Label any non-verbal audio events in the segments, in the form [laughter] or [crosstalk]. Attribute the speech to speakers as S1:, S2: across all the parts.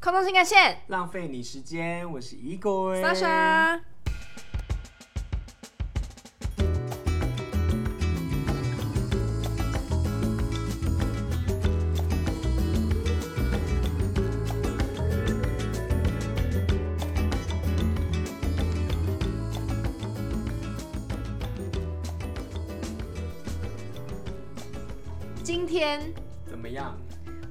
S1: 空中新干线
S2: 浪费你时间，我是 Igor。
S1: ，Sasha。今天
S2: 怎么样？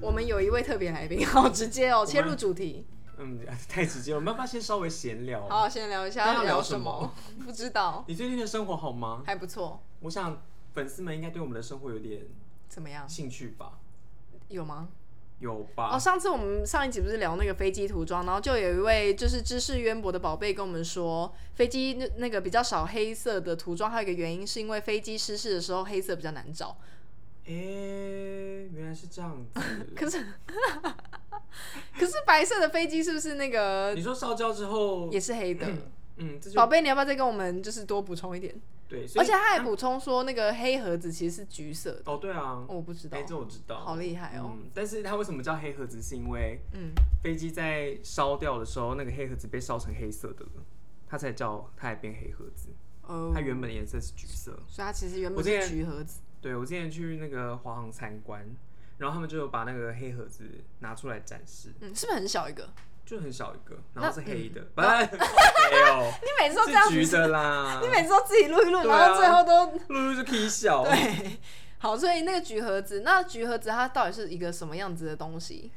S1: 我们有一位特别来宾，好直接哦，切入主题。
S2: 嗯， [laughs] 太直接了，我们要不要先稍微闲聊？
S1: 好，先聊一下
S2: 那要聊
S1: 什
S2: 什么？
S1: [laughs] 不知道，
S2: 你最近的生活好吗？
S1: 还不错。
S2: 我想粉丝们应该对我们的生活有点
S1: 怎么样？
S2: 兴趣吧？
S1: 有吗？
S2: 有
S1: 哦，
S2: 吧？
S1: 上次我们上一集不是聊那个飞机涂装，然后就有一位就是知识渊博的宝贝跟我们说，飞机那那个比较少黑色的涂装，还有一个原因是因为飞机失事的时候黑色比较难找。
S2: 诶、原来是这样子。
S1: 可是， [laughs] 可是白色的飞机是不是那个
S2: [laughs] 你说烧焦之后
S1: 也，是黑的？
S2: 嗯，这就
S1: 宝贝，你要不要再跟我们就是多补充一点？
S2: 对，所
S1: 而
S2: 以
S1: 且他还补充说，那个黑盒子其实是橘色的，
S2: 哦，对啊，
S1: 我不知道
S2: 诶，这我知道，
S1: 好厉害哦
S2: 嗯，但是它为什么叫黑盒子？是因为
S1: 嗯，
S2: 飞机在烧掉的时候，那个黑盒子被烧成黑色的了，它才叫它还变黑盒子。
S1: 哦，
S2: 它原本的颜色是橘色。
S1: 所以它其实原
S2: 我
S1: 本
S2: 之
S1: 是
S2: 前
S1: 橘盒子，
S2: 对我之前去那个华航参观，然后他们就有把那个黑盒子拿出来展示，
S1: 嗯，是不是很小一个？
S2: 就很小一个，
S1: 那嗯
S2: 然后是黑的，不是没
S1: [laughs]
S2: 有，
S1: 你每次都这样
S2: 是
S1: 子
S2: 橘的啦
S1: [laughs] 你。每次都自己录一录，
S2: 对啊
S1: 然后最后都、
S2: 露露就 K 小，
S1: 对。哦好，所以那个橘盒子，那橘盒子它到底是一个什么样子的东西？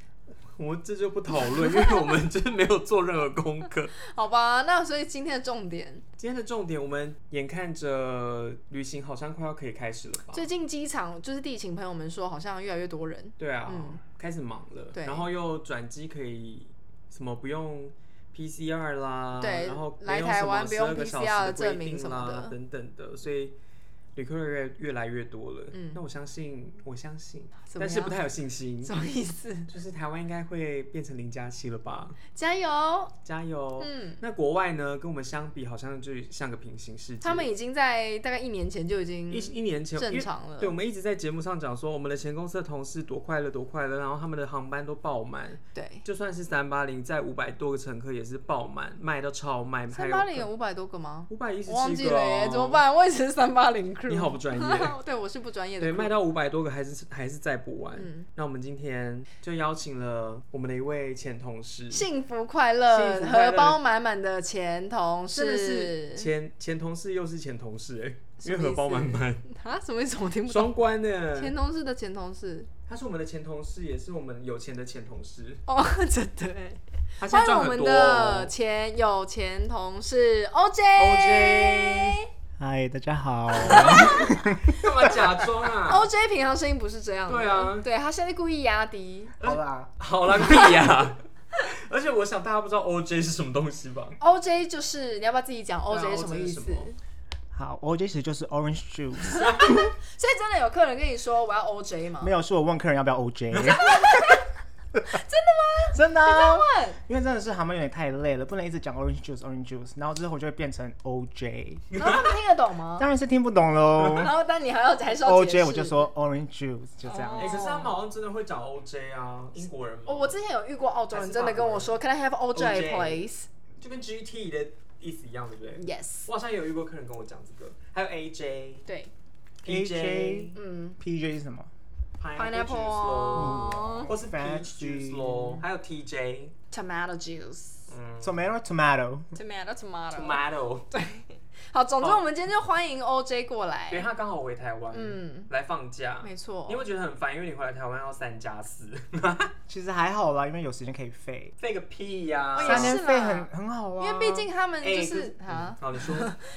S2: 我们这就不讨论，因为我们真的没有做任何功课。 [laughs]
S1: 好吧，那所以今天的重点，
S2: 今天的重点，我们眼看着旅行好像快要可以开始了吧？
S1: 最近机场就是地勤朋友们说，好像越来越多人。
S2: 对啊，
S1: 嗯
S2: 开始忙了，
S1: 对
S2: 然后又转机可以什么不用 PCR 啦，
S1: 对
S2: 然后不
S1: 来
S2: 用
S1: 台
S2: 什么
S1: 湾不用
S2: 12个小时
S1: PCR
S2: 的规
S1: 证明
S2: 定
S1: 什么
S2: 啦
S1: 的
S2: 等等的，所以旅客越越来越多了。
S1: 嗯
S2: 那我相信，我相信，
S1: 怎么
S2: 但是不太有信
S1: [laughs]
S2: 心，
S1: 什么意思？
S2: 就是台湾应该会变成零加七了吧？
S1: 加油！
S2: 加油！
S1: 嗯，
S2: 那国外呢？跟我们相比，好像就像个平行世界。
S1: 他们已经在大概一年前就已经
S2: 一一年前，因
S1: 正
S2: 为
S1: 常了
S2: 对，。我们一直在节目上讲说，我们的前公司的同事多快乐多快乐，然后他们的航班都爆满，
S1: 对，
S2: 就算是三八零载五百多个乘客也是爆满，卖到超卖，
S1: 三八零有五百多个吗？
S2: 五百一十
S1: 我忘
S2: 七
S1: 记
S2: 个、哦
S1: 了耶，怎么？办？我也是三八零 crew。
S2: 你好不专业。
S1: [laughs] 对，我是不专业的
S2: 对，
S1: crew。
S2: 卖到五百多个还是还是载不完。
S1: 嗯
S2: 那我们今天就邀请了我们的一位前同事，
S1: 幸福快乐，
S2: 幸福快乐
S1: 荷包满满的前同
S2: 真的是
S1: 事
S2: 前前同事又是前同事哎、
S1: 什
S2: 因
S1: 么
S2: 为荷包满满，
S1: 啊？什么意思？我听不懂。
S2: 双关呢。
S1: 前同事的前同事
S2: 他是我们的前同事，也是我们有钱的前同事。
S1: 哦， [laughs] 真的耶。
S2: 他现
S1: 欢
S2: 在
S1: 迎
S2: 赚
S1: 我
S2: 很
S1: 们
S2: 多、
S1: 的
S2: 哦。
S1: 前有前同事 OJ。
S2: OJ
S3: 嗨，大家好。
S2: 干嘛假
S1: [laughs]
S2: 装啊？
S1: OJ 平常声音不是这样的，
S2: 对啊
S1: 对他现在故意压低。
S3: 好啦，
S2: 好啦，屁呀、而且我想大家不知道 OJ 是什么东西吧？
S1: OJ 就是你要不要自己讲
S2: 对啊
S1: OJ 什么
S2: OJ
S1: 意思？
S2: 是什么
S3: 好，OJ 其实就是 Orange Juice， [laughs]
S1: 所以真的有客人跟你说我要 OJ 吗？
S3: 没
S1: 有，
S3: 有，是我问客人要不要 OJ。真的吗？真的啊、
S1: 问
S3: 因为真的是他们有点太累了，不能一直讲 Orange Juice，Orange Juice，然后之后就会变成 OJ，
S1: 然后他们听得懂
S2: [laughs]
S1: 吗？
S3: 当然是听不懂喽。
S1: 然后但你还要还是哦要解释
S3: OJ 我就说 Orange Juice，就这样。
S2: 哎、可是他们好像真的会讲 OJ 啊，英国人嘛，
S1: 哦，我之前有遇过澳洲人，真的跟我说，Can I have OJ
S2: OJ
S1: please？
S2: 就跟 GT 的意思一样，对不对？
S1: Yes，
S2: 我好像有遇过客人跟我讲这个，还有 AJ、
S1: 对，
S3: AJ
S2: PJ、
S1: 嗯
S3: PJ 是什么？
S2: Pineapple Juice 咯，
S1: ，pineapple 哦
S2: 或是 Peach
S3: Fresh
S2: Juice 咯，还有 TJ，
S1: tomato juice
S2: 嗯
S3: Tomato Tomato。
S1: tomato tomato。
S2: ，Tomato，
S1: 好，总之
S2: 好
S1: 我们今天就欢迎 OJ 过
S2: 对，
S1: 来。
S2: 他刚好回台湾，
S1: 嗯，
S2: 来放假，
S1: 没错
S2: 你，会觉得很烦，因为你回来台湾要三加四， [laughs]
S3: 其实还好啦，因为有时间可以废，
S2: 废个屁呀、
S1: 我也
S3: 三天
S1: 是啦
S3: 废很很好啊。
S1: 因为毕竟他们就
S2: 哎
S1: 哦是啊
S2: 嗯，好，你说，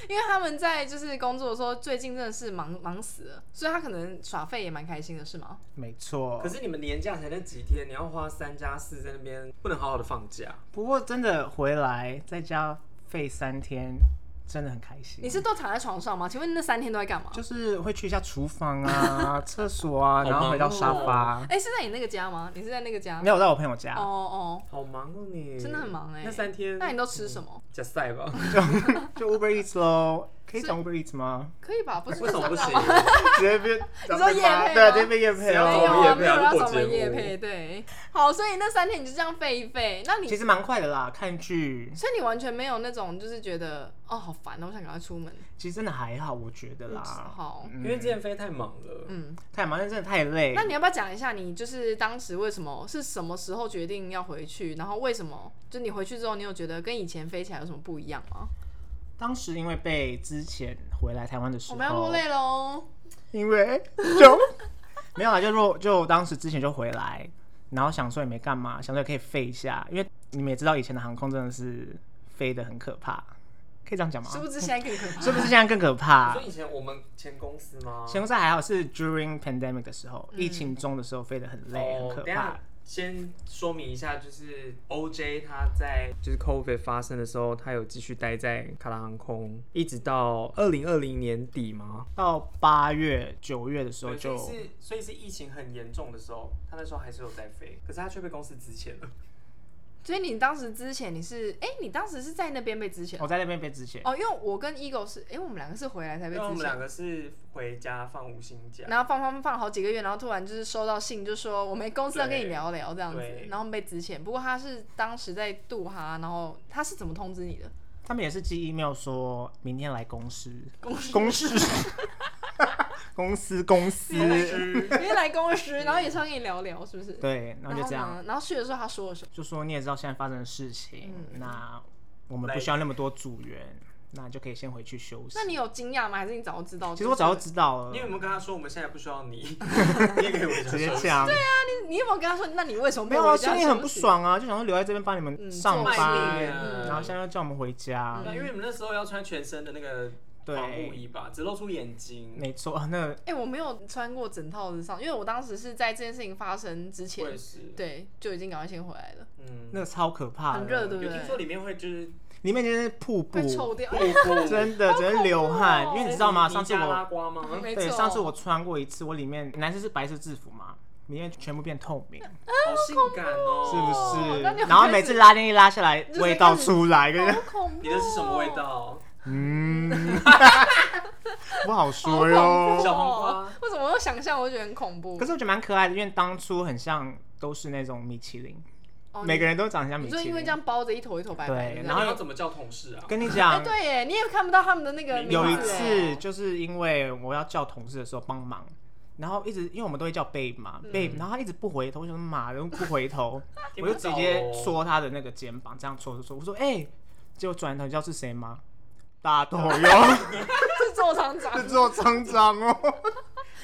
S1: 因为他们在就是工作的时候，最近真的是忙忙死了，所以他可能耍废也蛮开心的，是吗？
S2: 嗯
S3: 没错
S2: 可。是你们年假才那几天，你要花三加四在那边，不能好好的放假。
S3: 不过真的回来在家废三天，真的很开心。
S1: 你是都躺在床上吗？请问你那三天都在干嘛？
S3: 就是会去一下厨房啊、厕所
S2: [laughs]
S3: 啊，
S2: 好
S3: 然后
S2: 忙
S3: 回到沙
S2: 哦
S3: 发。
S1: 哎，是在你那个家吗？你是在那个家？
S3: 没有在我朋友家
S1: 哦，哦，
S2: 好忙哦你，
S1: 真的很忙哎。
S2: 那三天，
S1: 那你都吃什么？ [laughs]
S2: 假赛吧？
S3: 就 Uber Eats 喽，
S4: 可以讲 Uber Eats 吗？
S1: 可以吧？不是
S2: 为什么不行？
S1: 吗？
S4: 直接变，
S1: [laughs] 你说业配吗
S4: 对，直接变夜配
S2: 谁
S1: 没有
S2: 要
S4: 哦。
S1: 啊，没有
S2: 我们业配啊
S1: 要
S2: 如果
S1: 找我们
S2: 节
S1: 夜
S2: 目
S1: 配，对。好，所以那三天你就这样废一废，那你
S4: 其实蛮快的啦，看剧
S1: 所以你完全没有那种就是觉得哦好烦哦，我想赶快出门。
S4: 其实真的还好，我觉得啦。嗯
S1: 好，
S2: 因为之前飞太忙了，
S1: 嗯，
S4: 太忙，但真的太累。
S1: 那你要不要讲一下你就是当时为什么是什么时候决定要回去，然后为什么就你回去之后你有觉得跟以前飞起来有什么不一样吗？
S4: 当时因为被之前回来台湾的时
S1: 我
S4: 候，
S1: 们要落泪喽。
S4: 因为就 [laughs] 没有啦，啊就若就当时之前就回来，然后想说也没干嘛，想说也可以飞一下，因为你们也知道以前的航空真的是飞得很可怕，可以这样讲吗？
S1: 殊不知现在更可怕。
S4: 是不是现在更可怕
S2: 啊所？以以前我们前公司吗？
S4: 前公司还好，是 during pandemic 的时候，疫情中的时候飞得很累，
S2: 嗯哦
S4: 很可
S2: 等一
S4: 怕
S2: 下。先说明一下，就是 OJ 他在就是 COVID 发生的时候，他有继续待在卡拉航空，一直到二零二零年底吗？
S4: 到八月、九月的时候
S2: 对所
S4: 就
S2: 以是所以是疫情很严重的时候，他那时候还是有在飞，可是他却被公司辞遣了。
S1: 所以你当时之前你是哎、你当时是在那边被之前
S4: 我在那边被之前，
S1: 哦，因为我跟 Ego 是哎、我们两个是回来才
S2: 因
S1: 被
S2: 为我
S1: 之
S2: 们
S1: 前
S2: 两。个是回家放五星假，
S1: 然后放放放好几个月，然后突然就是收到信，就说我们公司要跟你聊聊这样子
S2: 对，
S1: 然后被值钱。不过他是当时在杜哈，然后他是怎么通知你的？
S4: 他们也是寄 email 说明天来公司，公司，公司，
S2: [laughs]
S4: 公司，
S1: [laughs] 因为来公司，然后也是要跟你聊聊，是不是？
S4: 对，然
S1: 然
S4: 后就
S1: 后
S4: 这样，
S1: 呢？然后去的时候他说了什么？
S4: 就说你也知道现在发生的事情，
S1: 嗯
S4: 那我们不需要那么多组员，那就可以先回去休息
S1: 那。你有惊讶吗？还是你早就知道？
S4: 其实我早就知道了
S2: 你，有没有跟他说我们现在不需要你？
S1: [laughs]
S2: 你也可以回家
S4: 直接
S2: 休息
S4: 讲，
S1: 就是你有没有跟他说？那你为什么
S4: 没有啊，
S1: 回家
S4: 心里很不
S1: 休息？
S4: 爽啊，就想说留在这边帮你们
S1: 嗯做
S4: 上
S1: 嗯
S2: 卖
S1: 事
S4: 班，
S2: 力啊！
S4: 然后现在又叫我们回家，
S2: 对，因为你们那时候要穿全身的那个
S4: 对
S2: 防护衣吧，只露出眼睛。
S4: 没错， [laughs] 那个
S1: 哎、我没有穿过整套的上，因为我当时是在这件事情发生之
S2: 我
S1: 前
S2: 也，是，
S1: 对，就已经赶快先回来了，
S2: 嗯，
S4: 那个超可怕的，
S1: 很热，对不
S2: 有听
S1: 对？
S2: 说里面会就是
S4: 里面就是瀑布
S1: 会，臭掉，
S2: [laughs]
S4: 真的
S1: 哦
S4: 只能流汗，因为你知道吗？上次
S2: 尼加拉
S4: 我
S2: 瓜吗？
S1: [laughs] 没错。
S4: 对上次我穿过一次，我里面男生是白色制服嘛，里面全部变透明，
S2: 好性感
S4: 是不
S2: 哦！
S4: 是
S1: 那你有？
S4: 然后
S1: 开
S4: 每
S1: 始
S4: 次拉链一拉下来
S1: 就，是
S4: 味道
S1: 开始
S4: 出来，跟
S1: 好恐怖、哦
S2: 你的是什么味？道？
S4: 嗯，不好
S1: 好
S4: 说
S1: 恐怖哦
S4: 哟。
S2: 小黄瓜，
S1: 为什么我想象我就觉得很恐怖？
S4: 可是我觉得蛮可爱的，因为当初很像都是那种米其林，每个
S1: 人
S4: 人都长得像米
S1: 哦你
S4: 其
S1: 就
S4: 林。
S1: 因为这样包着一坨一坨白白的，这
S4: 对
S2: 然
S1: 样
S2: 后
S4: 然后
S2: 要怎么叫同事啊？
S4: 跟你
S1: 哎、
S4: 讲，
S1: 对耶，你也看不到他们的那个
S2: 明白
S4: 有一
S1: 名字耶
S4: 次就是因为我要叫同事的时候帮忙，然后一直因为我们都会叫 babe 嘛、b a b e 然后他一直不回头，我想说妈的不回头，
S2: 听不
S4: 我就
S2: 到
S4: 直
S2: 哦
S4: 接戳他的那个肩膀，这样戳戳戳，我说哎、结果转头你知道是谁吗？大头哟， [laughs]
S1: 是做厂长，
S4: 是做厂长哦，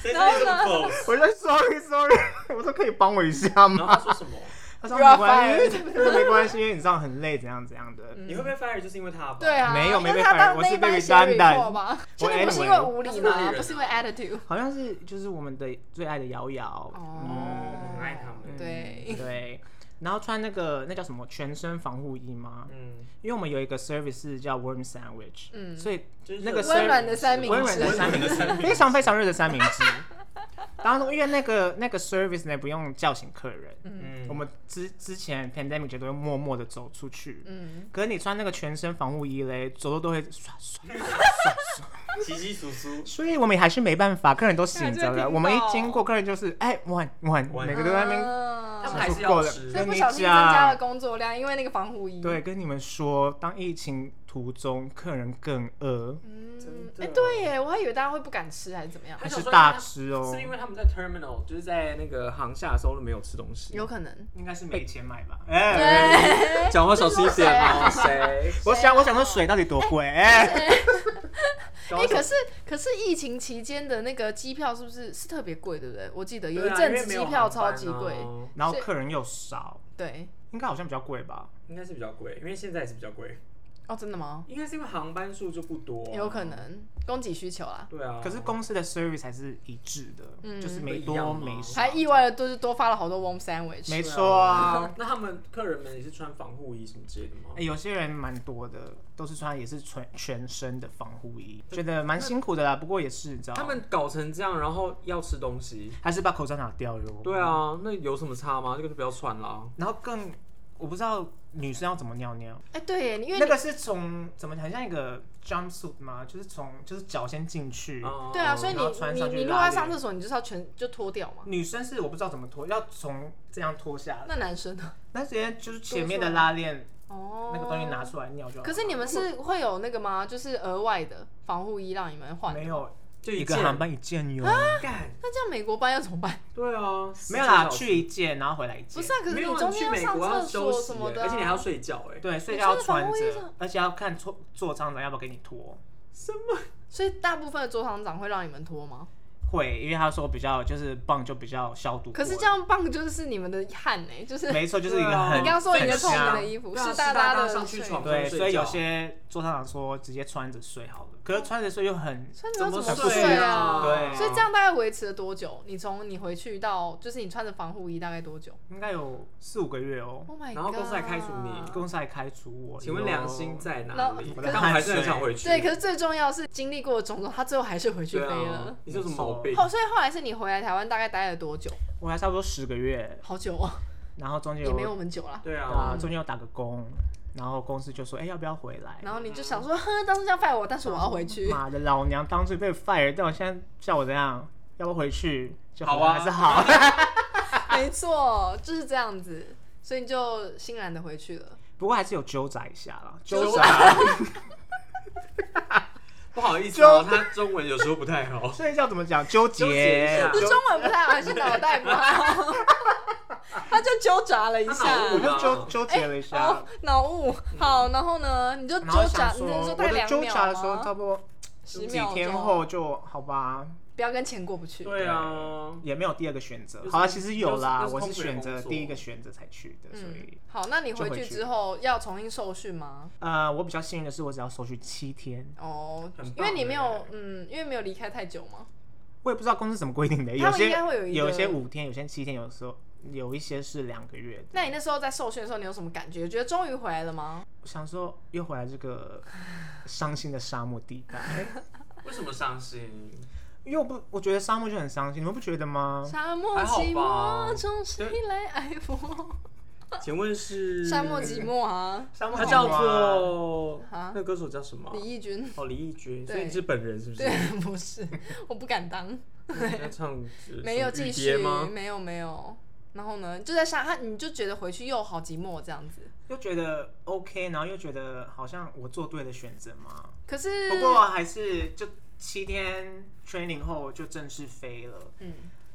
S2: 谁
S1: 然后
S2: 这么 close？
S4: 我说 sorry sorry，我说可以帮我一下
S2: 然后他
S4: 吗？
S2: 说什么？ [laughs]
S4: 他说
S1: You are
S4: 没关系， [laughs] 他说没关系，因为你知道很累怎样怎样的，
S1: 嗯
S2: 你会不会 fire 就是因为他吧？
S1: 对啊，
S4: 没有没
S1: 因为
S4: 被
S1: 他
S4: fire，
S1: 当
S4: 我
S1: 那
S4: 是
S1: 一班
S4: 被
S1: 写日
S4: redundant
S1: 课吧？[laughs]
S4: 我
S1: 就你不是
S4: anyway
S1: 因为无理
S2: 他是哪里
S1: 吗？
S2: 人
S1: 不是因为 attitude
S4: 好像是就是我们的最爱的瑶瑶，嗯
S1: 哦，
S2: 很爱他们
S1: 对，
S4: 对，然后穿那个那叫什么全身防护衣吗？
S2: 嗯，
S4: 因为我们有一个 service 是叫 warm sandwich，
S1: 嗯
S4: 所以
S2: 就是
S4: 那个
S2: 热
S1: 温暖的三明治
S4: 温暖的三
S2: [laughs]
S4: 明治，非常非常热的三明治。当然，因为那个那个 service 呢，不用叫醒客人。
S2: 嗯
S4: 我们之之前 pandemic 就都会默默的走出去，
S1: 嗯，
S4: 可是你穿那个全身防护衣嘞，走路都会刷刷。
S2: 稀稀疏疏，
S4: 所以我们也还是没办法，客人都醒
S1: 看
S4: 着
S1: 这个
S4: 了。
S1: 听
S4: 我们一
S1: 到
S4: 经过，客人就是哎晚晚，
S2: 晚
S4: 每个都在那边
S1: 啊
S2: 他们还
S4: 想
S2: 是
S4: 说够
S2: 要
S4: 了
S2: 吃
S1: 所以
S4: 跟
S1: 不
S4: 你
S1: 小心增加了
S4: 讲，
S1: 工作量，因为那个防护衣。
S4: 对，跟你们说，当疫情途中，客人更饿，
S1: 嗯，
S2: 真的
S1: 哎，对耶，我还以为大家会不敢吃还是怎么样，
S2: 还
S4: 还
S2: 想
S4: 是
S2: 说
S4: 大吃哦，
S2: 是因为他们在 terminal，就是在那个航下的时候都没有吃东西。
S1: 有可能。
S4: 应该是没钱买吧？
S2: 哎，
S1: 对，
S2: 讲话小心一点哦，谁？
S4: 我
S1: 啊
S4: 想，我想说水到底多贵？哎，
S2: 讲
S1: 哎、
S2: 话小
S1: 可是可是疫情期间的那个机票是不是是特别贵，对不对？我记得有
S2: 对
S1: 一
S2: 啊
S1: 阵
S2: 因为
S1: 子
S2: 没
S1: 机
S2: 有
S1: 票
S2: 航
S1: 超
S2: 班
S1: 级贵，
S2: 啊
S4: 然后客人又少，
S1: 对。
S4: 应该好像比较贵吧？
S2: 应该是比较贵，因为现在也是比较贵，
S1: 哦，真的吗？
S2: 应该是因为航班数就不多，啊
S1: 有可。能供给需求啦，
S2: 对啊，
S4: 可是公司的 service 还是一致的，就是没
S2: 不一
S4: 多
S2: 样吗
S4: 没
S1: 嗯
S4: 少
S1: 还，意外的就是多发了好多 warm sandwich。
S4: 没错啊。
S2: 那他们客人们也是穿防护衣什么之类的吗
S4: 哎？有些人蛮多的，都是穿也是全全身的防护衣，觉得蛮辛苦的啦。不过也是，你知道，
S2: 他们搞成这样，然后要吃东西，
S4: 还是把口罩拿掉哟。
S2: 啊对啊，那有什么差吗？这个就不要穿啦。
S4: 然后更我不知道女生要怎么尿尿，
S1: 哎、对耶，因为你、
S4: 那个是从怎么很像一个 jumpsuit 吗？就是从就是脚先进去，
S2: 哦
S1: 对啊，所以
S4: 然后穿
S1: 你
S4: 上
S1: 你
S4: 去
S1: 你如果
S4: 拉
S1: 要
S4: 链
S1: 上厕所，你就是要全就脱掉嘛。
S4: 女生是我不知道怎么脱，要从这样脱下来，
S1: 那男生呢？
S4: 那直接就是前面的拉链
S1: 哦，
S4: 那个东西拿。出来尿就好了。
S1: 可是你们是会有那个吗？就是额外的防护衣让你们换？
S4: 没。有
S2: 就
S4: 一
S2: 一
S4: 个
S2: 件
S4: 航班一件哟，
S1: 啊
S2: 干，
S1: 那这样美国班要怎么办？
S2: 对啊，
S4: 没有啦，
S2: 14小时
S4: 去一件然后回来一
S1: 不
S4: 件，
S1: 是啊，可是
S2: 没有
S1: 你
S2: 啊
S1: 中
S2: 你
S1: 间
S2: 去美
S1: 上
S2: 国要
S1: 厕
S2: 休
S1: 所
S2: 息
S1: 什么
S2: 耶
S1: 的啊，
S2: 而且你还要睡觉哎，
S4: 对，所以
S1: 你
S4: 要
S1: 穿着
S4: 穿
S1: 防护衣
S4: 着
S1: 上，
S4: 而且要看座座舱长要不要给你脱。
S2: 什么？啊
S1: 所以大部分的桌堂长会让你们脱吗？
S4: 会，因为他说比较就是棒就比较消毒过
S1: 可
S4: 了。
S1: 是这样棒就是你们的汗呢、就是你
S4: 没错，就是一个
S2: 对啊
S4: 很
S1: 刚刚说你的
S4: 很
S1: 透明
S4: 香
S1: 的衣服，
S2: 对啊
S1: 湿
S2: 湿哒
S1: 哒
S2: 哒
S1: 的
S2: 上去
S1: 睡
S2: 床
S4: 对，
S2: 睡
S4: 所以
S2: 觉
S4: 有些座舱长说直接穿着睡好了，可是穿着睡又很
S1: 穿着要
S2: 怎
S1: 怎
S2: 么
S1: 么
S2: 睡
S1: 睡
S2: 啊
S1: 啊？
S4: 对，
S1: 所以这样大概维持了多久？你从你回去到就是你穿着防护衣大概多久
S4: 应该有四五个月哦。
S1: ？Oh my god！
S2: 然后公司还开除你
S4: 公司还开除我，
S2: 请问
S4: 有
S2: 良心？在
S1: 然
S2: 哪
S1: 后
S2: 里？
S1: 可是
S2: 但我还是很想回去。啊
S1: 对，可是最重要是经历过种种，他最后还是回去飞
S2: 对
S1: 了
S2: 啊。，你这有什么毛病？
S1: 好，所以后来是你回来台湾大概待了多久？
S4: 我还差不多十个月，
S1: 好久哦，
S4: 然后中间
S1: 也没有嗯
S4: 有
S1: 我们久了。
S2: 对啊，
S4: 啊，中间有打个工，然后公司就说，哎，要不要回来？
S2: 嗯
S1: 然后你就想说，呵，当时这样拜我，但是我要回
S2: [laughs]
S1: 去。
S4: 妈的，老娘当初被 fire，但我现在叫我怎样？要不要回去？就
S2: 好
S4: 回来
S2: 啊
S4: 还是好。
S1: 没错，就是这样子，所以你就欣然的回去了。
S4: 不过还是有纠杂一下啦，
S2: 纠
S4: 纠
S2: 杂
S4: 杂。。
S2: [laughs] 不好意思哦，他中文有时候不太好
S4: 睡觉怎么讲？纠
S2: 纠结一
S1: [laughs]
S4: 结
S2: 下。
S1: 是中文不太好，还是脑袋不好？他就纠杂了一
S2: 他脑
S4: 我
S1: 下啊
S2: 雾。啊
S4: 就纠纠结了一下。
S1: 哦，脑雾好，然后呢，你就
S4: 然后
S1: 纠
S4: 想
S1: 杂，
S4: 说，
S1: 你就
S4: 我
S1: 说大概
S4: 的
S1: 两
S4: 纠
S1: 秒
S4: 察的时候，差
S1: 吗？
S4: 不多
S1: 十
S4: 几
S1: 秒
S4: 天
S1: 钟
S4: 后就好吧，
S1: 不要跟钱过不去。
S2: 对啊，
S4: 也没有第二个选择
S2: 就。是
S4: 好了，其实有啦，
S2: 就是
S4: 我
S2: 就是
S4: 是
S2: 空
S4: 选
S2: 腹
S4: 择
S2: 工作
S4: 第一个选择才去的，所
S1: 嗯
S4: 以，
S1: 好，那你
S4: 就
S1: 回
S4: 回
S1: 去
S4: 去
S1: 之后要重新受训吗？
S4: 呃，我比较幸运的是，我只要收取七天，
S1: 哦
S2: 很，
S1: 因
S2: 棒
S1: 为你没
S2: 欸
S1: 有，嗯，因为没有离开太久嘛。
S4: 我也不知道公司怎么规定
S1: 他
S4: 的，有
S1: 们应
S4: 些
S1: 该会有一个
S4: 有些五天，有些七天，有时候有一些是两个月的。
S1: 那你那时候在受训的时候，你有什么感觉？觉得终于回来了吗？
S4: 我想说，又回来这个伤心的沙漠地带，
S2: 为什么伤心？
S4: 因为我不，我觉得沙漠就很伤心，你们不觉得吗？
S1: 沙漠
S2: 还好
S1: 寂
S2: 吧
S1: 寞，总是来爱我。
S2: 请问是
S1: 沙漠寂寞啊，
S4: 沙漠
S2: 他
S4: 好
S2: 叫
S4: 吗
S2: 做
S1: 啊
S2: 那个歌手叫什么啊？
S1: 李翊君。
S2: 哦，李翊君，
S1: 对
S2: 所以你是本人是不是
S1: 对？， [laughs] 不是，我不敢当，
S2: 你在唱呃
S1: 没有
S2: 什么
S1: 继
S2: 雨
S1: 续
S2: 蝶吗，？
S1: 没有没有。然后呢，就在沙，他你就觉得回去又好寂寞这样子。
S4: 又觉得 OK，然后又觉得好像我做对了选择嘛。
S1: 可是，
S4: 不
S2: 啊
S4: 过还是就七天 training 后就正式飞了，
S1: 嗯，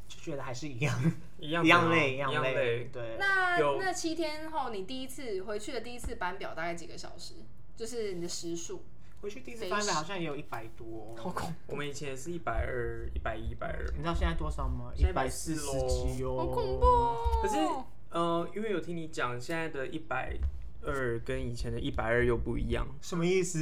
S4: 就觉得还是一样
S2: 一样
S4: 一
S2: 的啊
S4: 样累，
S2: 一
S4: 样
S2: 样累。
S4: 对，
S1: 那
S2: 有
S1: 那七天后，你第一次回去的第一次班表大概几个小时？就是你的时数，
S4: 回去第一次翻的好像也有一百多，
S1: 好恐
S2: 我们以前是一百二、一百一、一百二，
S4: 你知道现在多少吗？一
S2: 现在
S4: 百四十几哦，
S1: 好恐怖、哦。
S2: 可是呃，因为有听你讲，现在的一百二跟以前的一百二又不一样，
S4: 什么意思？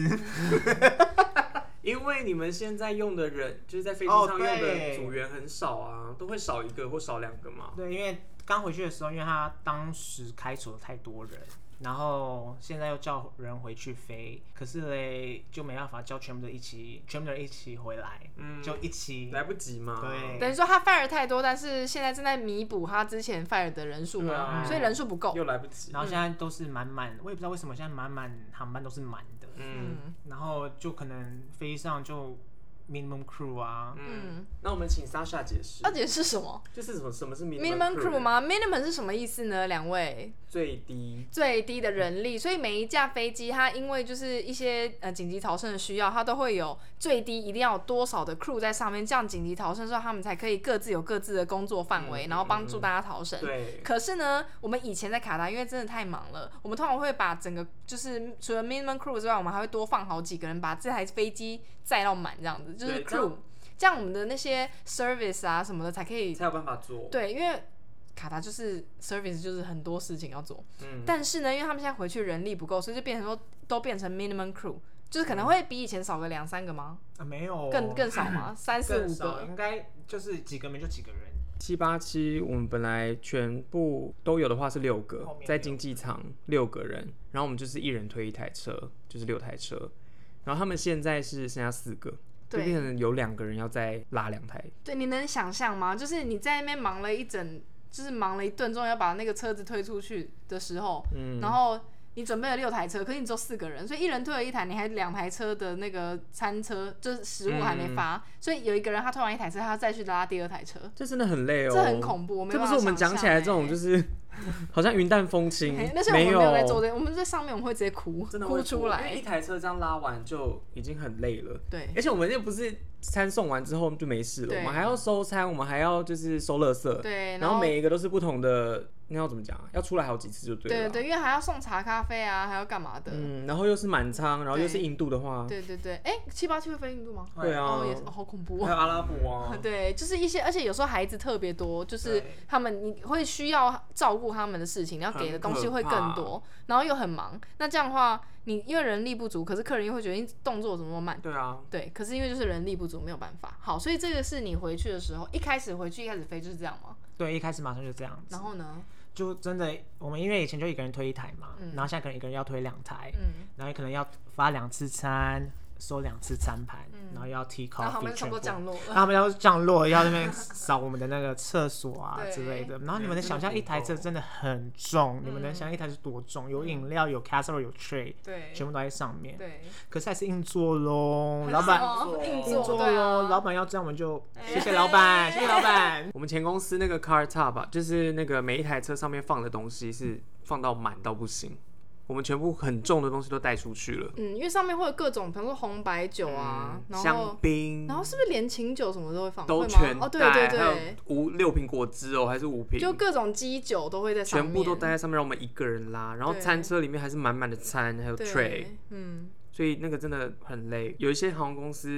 S2: 因为你们现在用的人，就是在飞机
S4: 哦
S2: 上用的
S4: 对
S2: 组员很少啊，都会少一个或少两个嘛。
S4: 对，因为刚回去的时候，因为他当时开除了太多人，然后现在又叫人回去飞，可是嘞就没办法叫全部的一起，全部的人一起回来，
S2: 嗯
S4: 就一起
S2: 来不及嘛。
S4: 对
S1: 等于说他 fire 太多，但是现在正在弥补他之前 fire 的人数
S2: 对
S1: 嘛，
S2: 啊
S1: 所以人数不够。嗯
S2: 又来不及。
S4: 然后现在都是满满，我也不知道为什么现在满满航班都是满的，
S2: 嗯
S1: 嗯
S4: 然后就可能飞机上就 minimum crew 啊，
S2: 嗯
S1: 嗯，，
S2: 那我们请 Sasha 解释
S1: 那，解释什么
S2: 就是什么什么是
S1: minimum crew
S2: crew？
S1: 吗？minimum 是什么意思呢？两位
S2: 最低
S1: 最低的人力，所以每一架飞机它因为就是一些呃紧急逃生的需要，它都会有最低一定要有多少的 crew 在上面，这样紧急逃生的时候他们才可以各自有各自的工作范围，
S2: 嗯
S1: 然后帮助大家逃生。
S2: 对，
S1: 可是呢，我们以前在卡达，因为真的太忙了，我们通常会把整个就是除了 minimum crew 之外，我们还会多放好几个人，把这台飞机载到满，这样子就是
S2: 对这样
S1: crew，这样我们的那些 service 啊什么的才可以
S2: 才有办法做。
S1: 对，因为卡达就是 service 就是很多事情要做，
S2: 嗯，
S1: 但是呢，因为他们现在回去人力不够，所以就变成说都变成 minimum crew，就是
S2: 嗯
S1: 可能会比以前少个两三个吗？
S4: 啊没
S2: 哦
S4: 有
S1: 更更少
S2: [laughs]
S1: 吗？三四
S4: 更
S1: 五
S4: 少，
S1: 个？
S4: 应该就是几个没就几个人，
S2: 七八七，我们本来全部都有的话是六个
S4: 后面，
S2: 在经济舱六个人，然后我们就是一人推一台车，就是六台车，然后他们现在是剩下四个，就
S1: 对
S2: 变成有两个人要再拉两台，
S1: 对，你能想象吗？就是你在那边忙了一整就是忙了一顿，终于要把那个车子推出去的时候，
S2: 嗯，
S1: 然后你准备了六台车，可是你只有四个人，所以一人推了一台，你还两台车的那个餐车，就是食物还
S2: 嗯
S1: 没发，所以有一个人他推完一台车，他要再去拉第二台车，
S2: 这真的很累哦，
S1: 这很恐怖。我没
S2: 这
S1: 办
S2: 不
S1: 法。
S2: 是我们讲起来这种就是
S1: 欸
S2: 是 [laughs] 好像云淡风轻
S1: 嘿， [laughs] 哎那是我们
S2: 嗯没
S1: 没有在做
S2: 有，
S1: 这，我们在上面我们会直接哭，
S2: 真的会
S1: 哭出
S2: 因为一
S1: 来。
S2: 台车这样拉完就已经很累了。
S1: 对，
S2: 而且我们又不是餐送完之后就没事了，
S1: 欸对
S2: 我们还要收餐，我们还要就是收垃圾，
S1: 对
S2: 呃然
S1: 然
S2: 后
S1: 后
S2: 每一个都是不同的，那要怎么讲啊？要出来好几次就对了
S1: 对
S2: 啦。
S1: 对，因为还要送茶咖啡啊，还要干嘛的？
S2: 嗯，然后又是满仓，然后又是
S1: 对
S2: 印度的话，
S1: 对对对，哎、七八七会分印度吗？
S2: 对啊
S1: 哦，也是，哦好恐怖、
S5: 还
S1: 哦。
S5: 有阿拉伯啊，
S1: [laughs] 对，就是一些，而且有时候孩子特别多，就是
S5: 对
S1: 他们你会需要照顾他们的事情，然后给的东西会更多，然后又很忙。那这样的话，你因为人力不足，可是客人又会觉得你哎动作怎么那么慢？
S5: 对啊，
S1: 对，可是因为就是人力不足，没有办法。好，所以这个是你回去的时候，一开始回去一开始飞就是这样吗？
S4: 对，一开始马上就这样子
S1: 然，后呢？
S4: 就真的我们因为以前就一个人推一台嘛，
S1: 嗯
S4: 然后现在可能一个人要推两台，
S1: 嗯，
S4: 然后可能要发两次餐，收两次餐盘，
S1: 嗯
S4: 然后又要踢 coffee，
S1: 然后他们就差不多
S4: 全部
S1: 降落了。
S4: 他们要降落，要那边扫我们的那个厕
S1: [laughs]
S4: 所啊
S1: 对
S4: 之类的。然后你
S5: 对
S4: 们能想象一台车真的很重，你们能
S1: 嗯
S4: 想象一台是多重？有饮料，有 casserole，有 tray，
S1: 对
S4: 全部都在上面。
S1: 对，
S4: 可是还是硬做喽，
S1: 很
S4: 老板
S1: 爽哦硬
S4: 硬
S1: 座
S4: 做
S1: 对
S4: 喽，
S1: 啊，
S4: 老板要这样我们就
S1: 哎
S4: 谢谢老板，谢谢老板。
S2: 我们前公司那个 car top 啊，就是那个每一台车上面放的东西是放到满到不行，我们全部很重的东西都带出去了，
S1: 嗯，因为上面会有各种，比如说红白酒啊，然
S2: 嗯香
S1: 后
S2: 槟，
S1: 然后是不是连琴酒什么都会放？
S2: 都
S1: 会吗
S2: 全带，
S1: 哦，对对
S2: 还有
S1: 对，
S2: 五六瓶果汁哦，还是五瓶，
S1: 就各种基酒都会在上
S2: 全
S1: 面，
S2: 部都带在上面，让我们一个人拉。然后
S1: 对
S2: 餐车里面还是满满的餐，还有 tray，
S1: 对，嗯，
S2: 所以那个真的很累。有一些航空公司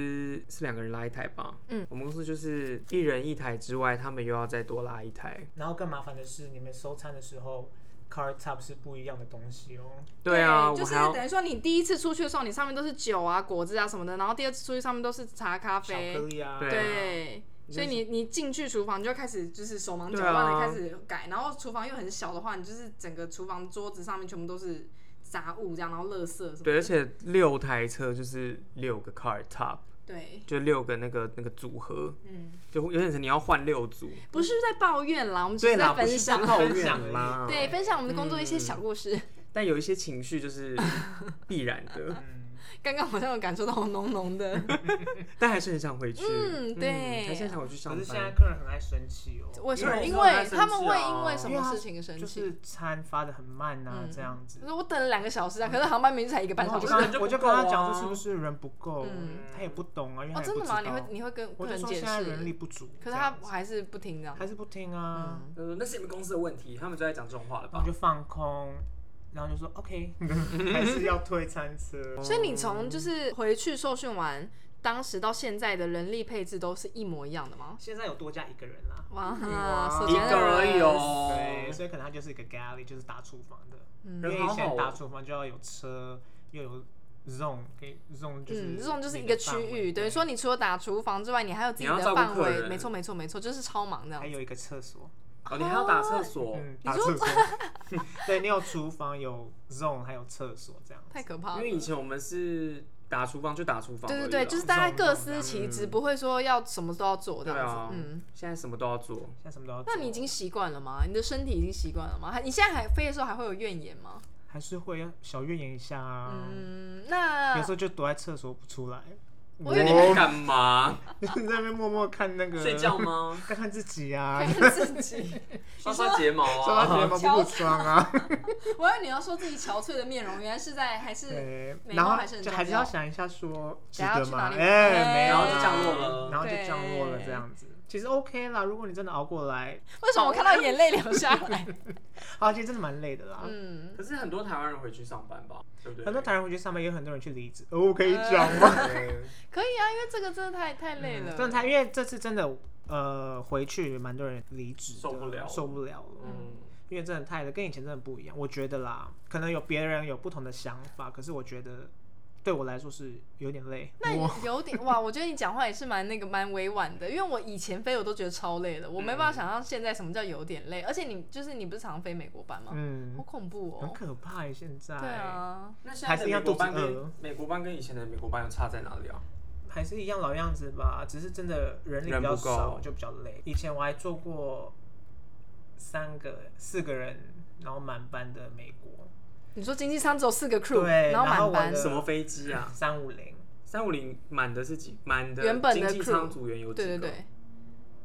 S2: 是两个人拉一台吧，
S1: 嗯，
S2: 我们公司就是一人一台之外，他们又要再多拉一台。
S4: 然后更麻烦的是，你们收餐的时候，card top 是不一样的东西哦。
S2: 对啊，我
S1: 就是
S2: 还要
S1: 等于说你第一次出去的时候，你上面都是酒啊、果汁啊什么的，然后第二次出去上面都是茶、咖
S4: 巧克
S1: 啡，
S4: 力啊，
S2: 对
S1: 对。所以你你进去厨房你就开始就是手忙脚
S2: 对啊
S1: 乱的开始改，然后厨房又很小的话，你就是整个厨房桌子上面全部都是杂物这样，然后垃圾什么的。
S2: 对，而且六台车就是六个 car top，
S1: 对，
S2: 就六个那个那个组合，
S1: 嗯，
S2: 就有点像你要换六组。
S1: 不是在抱怨啦，我们只
S2: 对
S1: 是
S2: 啦，
S1: 在
S2: 不
S1: 分
S2: 是
S1: 享，
S2: 抱
S4: 分
S2: 怨
S4: 享
S2: 啦
S4: 而。
S1: [laughs] 对，分享我们的工作一些小故事。
S2: 但有一些情绪就是必然
S1: [laughs]
S2: 的，
S4: 嗯，
S1: 刚刚好像有感受到我浓浓的，
S2: 但还是很想回去。
S1: 嗯对
S2: 还是很想回去上
S4: 可是现在
S2: 班。
S4: 客人很爱生气哦，
S1: [laughs] 为什么？
S5: 因
S1: 因
S5: 为我
S1: 为
S5: 知道
S1: 他
S5: 他
S1: 们
S5: 生气啊
S1: 会因为什么事情生
S4: 就
S1: 气？
S4: 是餐发的很慢啊，
S1: 嗯
S4: 这样子
S1: 可。是我等了两个小时啊，可是航班明明才一个半
S4: 然后
S1: 小
S4: 我就
S1: 时。
S4: 跟他
S5: 就
S4: 我
S5: 不
S4: 就
S5: 够
S4: 跟他讲
S5: 啊
S4: 说是不是人不够，
S1: 嗯
S4: 他也不懂啊，因为
S1: 哦，
S4: 他也
S1: 真
S4: 不
S1: 的
S4: 知
S1: 吗？你
S4: 道。
S1: 会你会跟客
S4: 我就
S1: 人
S4: 说
S1: 解
S4: 现在人力
S1: 释？
S4: 不足，
S1: 可是
S4: 这
S1: 他
S4: 样
S1: 还是不听这样。
S4: 还是不听啊，
S1: 嗯，
S2: 他说呃那是你们公司的问题，他们就在讲这种话了
S4: 然后就放空，然后就说
S2: [laughs]
S4: OK，还是要推餐车。
S1: 所以你从就是回去受训完，当时到现在的人力配置都是一模一样的吗？
S4: 现在有多加一个人啦，
S1: 哇，嗯
S4: 哇
S1: 手
S2: 一
S1: 牵
S2: 个而已
S4: 对，
S2: 哦。
S4: 所以可能他就是一个 galley，就是打厨房的。因
S1: 嗯
S4: 为
S2: 人
S4: 以
S2: 好好
S4: 前打
S2: 哦。
S4: 厨房就要有车，又有 zone，可以 zone 就是
S1: 嗯，这种就是
S4: 你
S1: 一
S4: 的
S1: 个
S4: 范
S1: 区
S4: 围
S1: 域，等于说你除了打厨房之外，你还有自己
S2: 你要照
S1: 的
S2: 顾
S1: 范
S2: 客
S1: 围。
S2: 人哎
S1: 没错，没错，没错，就是超忙这样
S4: 还。有一个厕所，
S2: 哦，你还要打厕所，
S4: 嗯，打厕所。
S1: [laughs]
S4: 对你有厨房，有 zone，还有厕所这样。
S1: 太可怕
S2: 因
S1: 了
S2: 为。以前我们是打厨房就打厨房而已
S1: 对
S2: 啦。
S1: 对对，就是
S4: 这
S1: 大家
S4: 种
S1: 各
S4: 这种
S1: 司其职，
S2: 嗯
S1: 不会说要什么都要做这
S2: 对
S1: 样子。
S2: 啊，
S1: 嗯，
S2: 现在什么都要做。
S4: 现在什么都要做。
S1: 那你已经习惯了吗？你的身体已经习惯了吗？还你现在还飞的时候还会有怨言
S2: 嗯
S1: 吗？
S4: 还是会小怨言一下啊，
S1: 嗯，
S4: 有
S1: 那
S4: 时候就躲在厕所不出来。
S1: 我
S2: 那
S1: 有
S2: 你
S1: 点
S2: 们干嘛？
S4: [laughs] 在那边默默看那个
S2: 睡觉，
S4: [laughs]
S2: 吗？
S4: 看看自己啊，
S1: 自己，
S2: 刷刷睫毛
S4: 说他睫
S2: 啊。
S4: 毛不补妆啊，
S1: 我以为你要说自己憔悴的面容，原来是在还是
S4: 对，
S1: 眉毛
S4: 然后
S1: 还是很
S4: 就
S1: 重
S4: 还是
S1: 要
S4: 要想一下说值
S1: 等下
S4: 得
S1: 去
S4: 吗？
S1: 哪里
S4: 哎，
S1: 哎
S4: 没有
S2: 然后
S4: 啊
S2: 就降落了
S4: 然后就降落了
S1: 对
S4: 这样子，其实 OK 啦，如果你真的熬过来，
S1: 为什么我看到眼泪流下
S4: [laughs]
S1: 来？
S4: 啊，其实真的蛮累的啦。
S1: 嗯，
S2: [laughs] 可是很多台湾人回去上班吧，对不对？
S4: 很多台湾回去上班，也有很多人去离职，哦，可以讲吗？
S2: 对
S1: 可以啊，因为这个呃 [laughs] 真的太太累了。
S4: 真的太，因为这次真的，呃，回去蛮多人离职的，
S2: 受不了
S4: 受不了了，
S2: 嗯，
S4: 因为真的太累，跟以前真的不一样。我觉得啦，可能有别人有不同的想法，可是我觉得对我来说是有点累。
S1: 那你有点哇，我觉得你讲话也是蛮那个蛮委婉的，因为我以前飞我都觉得超累的，我没办法想象现在什么叫有点累。而且你就是你不是常飞美国班吗？
S4: 嗯
S1: 好，恐怖
S4: 很
S1: 哦。
S4: 可怕耶，现在。
S1: 对啊，
S2: 那现在
S4: 还
S2: 的
S4: 是
S2: 美
S4: 一样
S2: 国班
S4: 肚子饿
S2: 跟美国班跟以前的美国班有差在哪里啊？
S4: 还是一样老样子吧，只是真的人力比
S2: 人
S4: 较
S2: 不够
S4: 少，就比较累。以前我还做过三个四个人，然后满班的美国
S1: 你说经济舱只有四个 crew，
S4: 对
S1: 后
S4: 然后
S1: 满
S4: 我
S1: 班
S4: 的，
S2: 什么飞机啊？
S4: 三五零，
S2: 三五零满的是几？满的
S1: 原本
S2: 经
S1: 的
S2: 济
S1: crew
S2: 舱组员有几
S1: 对
S2: 个？
S1: 对对，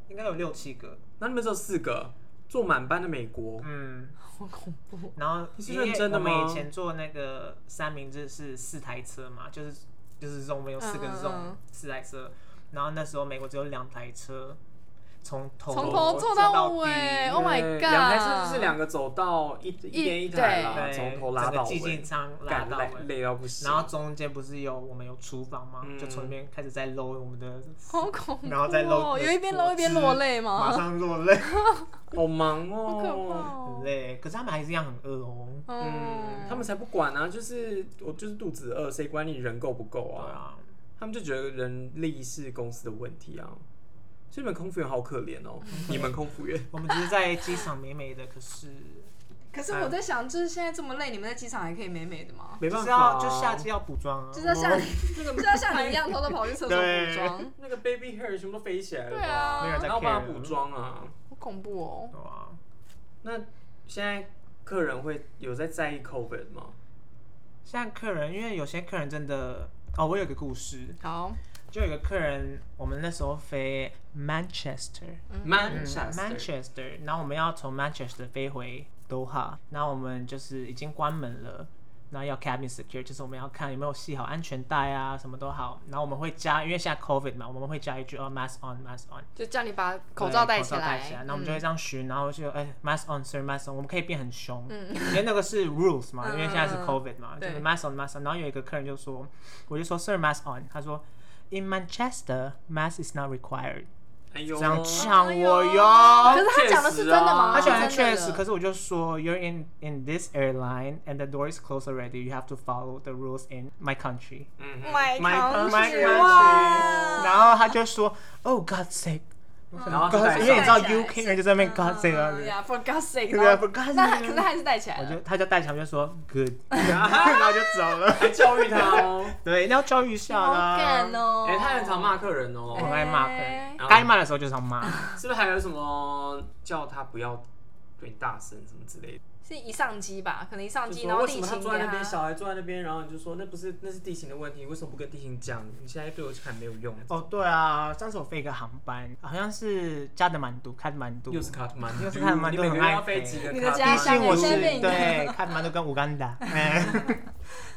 S4: 应该有六七个。
S2: 那你们只有四个，坐满班的美国，
S4: 嗯，
S1: 好恐怖。
S4: 然后
S2: 你是
S4: 因为
S2: 认真的吗
S4: 我们以前做那个三明治是四台车嘛，就是就是这种我们有四个
S1: 嗯嗯
S4: 这种
S1: 嗯
S4: 四台车，然后那时候美国只有两台车，从头
S1: 从
S4: 头
S1: 头
S4: 坐
S1: 坐
S4: 到
S1: 到
S4: 底
S1: 尾，Oh my
S2: 对
S1: god！
S2: 两台车就是两个走道，一一
S1: 一
S2: 边一台啦，
S4: 对，
S2: 从头拉
S4: 整
S2: 到
S4: 个寂
S2: 尾
S4: 静，舱拉
S2: 干
S4: 到
S2: 累
S4: 尾。
S2: 累到不行。
S4: 然后中间不是有我们有厨房吗？
S2: 嗯
S4: 就从那边开始在搂我们的，
S1: 好恐怖、哦！
S4: 然后再漏
S1: 有一边漏一边落泪
S4: 马
S1: 吗？
S4: 上落泪，
S2: 好忙
S1: 好可怕
S2: 哦，
S4: 很
S1: 哦！
S4: 累。可是他们还是一样很饿哦。
S1: 嗯
S2: 嗯，，他们才不管啊，就是我就是肚子饿，谁管你人够不够
S4: 对
S2: 啊？
S4: 啊，
S2: 他们就觉得人力是公司的问题啊。所以你们空服员好可怜
S1: [laughs]
S2: 哦，你们空服
S4: [laughs]
S2: 员。
S4: 我们只是啊在机场美美的，可是
S1: 可是我在想，就是现在这么累，你们在机场还可以美美的吗？
S2: [laughs] 没
S4: 就
S2: 办
S4: 是
S2: 法啊、
S4: 要就下机要补妆啊
S1: 就。是要 [laughs] 像你，就要像你一样偷偷跑去 [laughs] 厕所补妆，
S2: 那个 baby hair 全部都飞起来了吧，
S1: 对啊没有人
S4: 在
S2: 然后帮他
S4: care
S2: 补妆啊。
S1: 好恐怖哦！
S4: 对啊，
S2: 那现在客人会有在在意 COVID 吗？
S4: 像客人，因为有些客人真的哦，我有个故事，
S1: 好，
S4: 就有个客人，我们那时候飞 Manchester，嗯
S2: Manchester，
S4: Manchester，然后我们要从 Manchester 飞回 Doha，然后我们就是已经关门了，然后要 cabin secure，就是我们要看有没有系好安全带啊，什么都好，然后我们会加，因为现在 COVID 嘛，我们会加一句哦 mask on mask on，
S1: 就叫你把口罩
S4: 对
S1: 戴
S4: 口
S1: 起
S4: 罩戴起来，
S1: 来，嗯
S4: 然后我们就会这样巡，然后就哎 mask on sir mask on，我们可以变很凶，
S1: 嗯
S4: 因为那个是 rules 嘛，
S1: 嗯
S4: 因为现在是
S1: 嗯嗯
S4: COVID 嘛，就
S1: 对
S4: 是 mask on mask on，然后有一个客人就说，我就说 sir mask on，他说 in Manchester mask is not required。
S2: 哎呦，
S4: 这样呛
S1: 哎
S4: 我
S1: 呦
S4: 哟。
S1: 可是他讲的是真的吗？
S4: 他
S2: 确
S4: 讲的哦确实，啊可
S1: 是
S4: 是我就说，You're in in this airline and the door is closed already. You have to follow the rules in my country.
S2: 嗯
S1: My
S4: My
S1: country，
S4: country
S1: 哇
S4: 然后他就说，Oh God sake，
S2: 然后
S4: God
S2: 就
S4: sake，
S2: 戴
S4: 因为你知道
S1: 戴起来
S4: UK 人就在那边 God sake 啊
S1: [laughs] 嗯，呀，For God's
S4: [laughs]
S1: sake，
S4: 对啊
S1: 然后
S4: ，For God's
S1: 那他可是
S4: sake
S1: 他。还是戴起来
S4: 我就
S1: 了，
S4: 他就带强就说
S1: [laughs]
S4: good，然后就走了。
S2: 还教育他哦，
S4: [laughs] 对，要教育一下
S1: 好
S4: 啦
S1: 敢。哦！
S2: 哎、他很常骂客人哦，
S4: 我很爱骂人，
S2: 哎
S4: 该骂的时候就是要骂。
S2: 是不是还有什么叫他不要对你大声什么之类的？
S1: 是一上机吧，可能一上
S2: 就
S1: 机，
S2: 说
S1: 然后
S2: 为什
S1: 地
S2: 么他
S1: 勤
S2: 坐在
S1: 给
S2: 那边，
S1: 他。
S2: 小孩坐在那边，然后你就说那不是那是地形的问题，为什么不跟地形讲？你现在对我很没有用。
S4: 哦，对啊，上次我飞一个航班，好像是加德满都，开德满都，
S2: 又是卡特曼，
S4: 又是卡特曼
S2: 你每个
S4: 都很
S2: 月要
S4: 爱
S2: 飞
S4: 飞
S2: 几个
S1: 你的
S2: 卡特
S1: 家
S2: 曼
S4: 毕
S1: 乡
S4: 竟我
S1: 现
S4: 是
S1: 在被你
S4: 对看蛮多跟乌干达，哎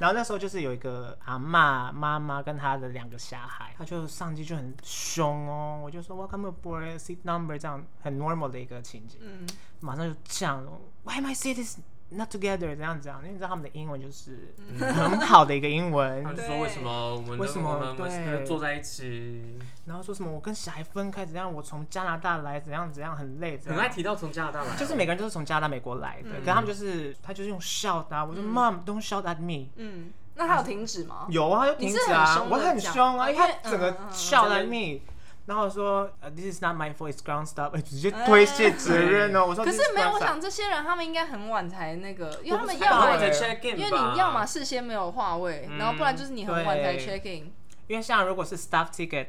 S4: 然后那时候就是有一个阿嬷妈妈跟她的两个小孩，她就上机就很凶哦，我就说 Welcome aboard seat number 这样很 normal 的一个情景，
S1: 嗯，
S4: 马上就这样，Why am I seat is not together 这样讲，啊因为你知道他们的英文就是很好的一个英文
S2: 他，就说为什么我们
S4: 为什么
S2: 我们
S4: 对
S2: 坐在一起，
S4: 然后说什么我跟小孩分开怎样，我从加拿大来怎样怎样很累，怎
S2: 很
S4: 样
S2: 爱提到从加拿大来，
S4: 啊就是每个人都是从加拿大、美国来的，可他们就是他就是用 shout 啊，我说 Mom don't shout at me，
S1: 嗯，那他有停止吗？
S4: 有啊，他就停止
S1: 你是
S4: 啊，
S1: 很凶
S4: 我
S1: 的
S4: 很凶啊，
S1: 讲
S4: 因为他
S1: 因为
S4: 整个
S1: 嗯嗯嗯
S4: shout at me，然后我说呃 This is not my fault, it's ground stop，哎直接推卸责任哦，我说
S1: 可
S4: "This
S1: 是
S4: is
S1: 没有，
S4: ground
S1: 我
S4: stop
S1: 想这些人他们应该很晚才那个，因为他们
S2: 要
S1: 要
S2: 么
S4: 哎
S1: 么，
S2: 才 check in，
S1: 因为
S2: 吧
S1: 你要么事先没有话位，然后不然就是你很晚才
S4: 嗯对
S1: check in。
S4: 因为像如果是 staff ticket。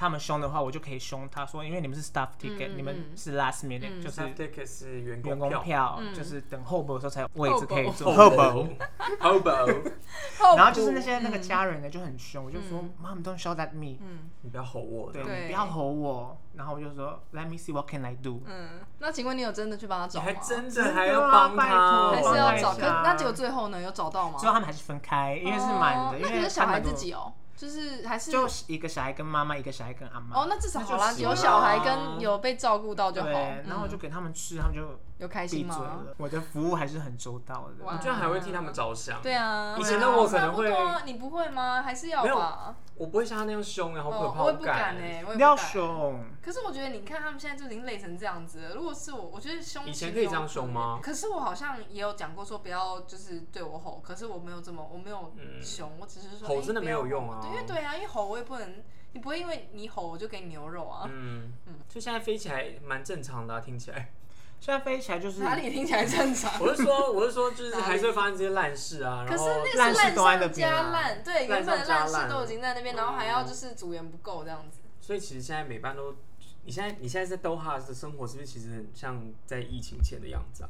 S4: 他们凶的话，我就可以凶他说，因为你们是 staff ticket，、
S1: 嗯嗯
S4: 你们是 last minute，、
S1: 嗯
S4: 就是
S2: 是 take 是员
S4: 员
S2: 工
S4: 工
S2: 票。
S4: 票，
S1: 嗯
S4: 就是等候补的时候才有位置可以坐。候补。
S2: Hobo，Hobo，
S1: 然
S4: [laughs] 然后就是那些那个，家人呢就很凶，我就说
S1: 嗯
S4: Mom don't shout at me，、
S1: 嗯
S2: 你不要吼我。
S4: 对，
S2: 对，
S1: 对
S4: 你不要吼我。然后我就说 Let me see what can I do。
S1: 嗯，那请问你有真的去帮他
S2: 你
S1: 找吗
S2: 还？真的还要帮
S4: 拜托
S2: 他，
S1: 还是要找？
S4: 帮他一
S1: 可
S4: 下
S1: 那结果最后呢，有找到吗
S4: 之？后他们还是分开，因为是满
S1: 哦
S4: 的，因
S1: 那可
S4: 为
S1: 是小
S4: 他
S1: 孩
S4: 们
S1: 自
S4: 都
S1: 己哦，就是还是
S4: 就一个小孩跟妈妈，一个小孩跟阿
S1: 哦，
S4: 妈。
S1: 那至少
S2: 那就
S1: 好啦，
S2: 行
S1: 有小孩
S2: 啦
S1: 跟有被照顾到就好。
S4: 啊对，然后我
S1: 嗯
S4: 就给他们吃，他们就
S1: 有开
S4: 闭
S1: 心
S4: 嘴
S1: 吗？
S4: 了。我的服务还是很周到
S1: 哇
S4: 的。
S2: 我居然还会替他们着想。
S1: 对啊，
S2: 以前的我可能会
S1: 差不多啊你不会吗？还是要
S2: 没有
S1: 吧？
S2: 我不会像他那样凶，然后可
S1: 哦，
S2: 怕，
S1: 我也
S2: 不
S1: 不敢哎、我也
S4: 不欸要
S1: 不敢。
S4: 凶，
S1: 可是我觉得，你看他们现在就已经累成这样子了。如果是我，我觉得凶。
S2: 以前可以这样凶吗
S1: 可是我好像也有讲过说不要就是对我吼，可是我没有这么，我没有
S2: 嗯
S1: 凶，我只是说
S2: 吼
S1: 哎
S2: 真的
S1: 不
S2: 没
S1: 要
S2: 有用
S1: 吼
S2: 啊
S1: 对，因为对啊，因为吼我也不能，你不会因为你吼我就给你牛肉啊，
S2: 嗯，就现在飞起来蛮正常的啊，听起
S1: [laughs]
S2: 来。
S4: 现在飞起来就是
S1: 哪里听起来正常？
S2: 我是说，我是说，就是还是会发生这些烂事啊。
S1: 可
S2: [laughs] 然
S1: 是
S2: 后
S1: 那是
S4: 烂事都在那
S1: 上
S4: 边
S1: 加
S4: 啊
S1: 烂，对，原本
S2: 烂上
S1: 的
S2: 加
S1: 烂
S2: 烂哦
S1: 事都已经在那边，然后还要就是组员不够这样子。
S2: 所以其实现在每班都，你现在你现在在 Doha 的生活是不是其实很像在疫情前的样子啊？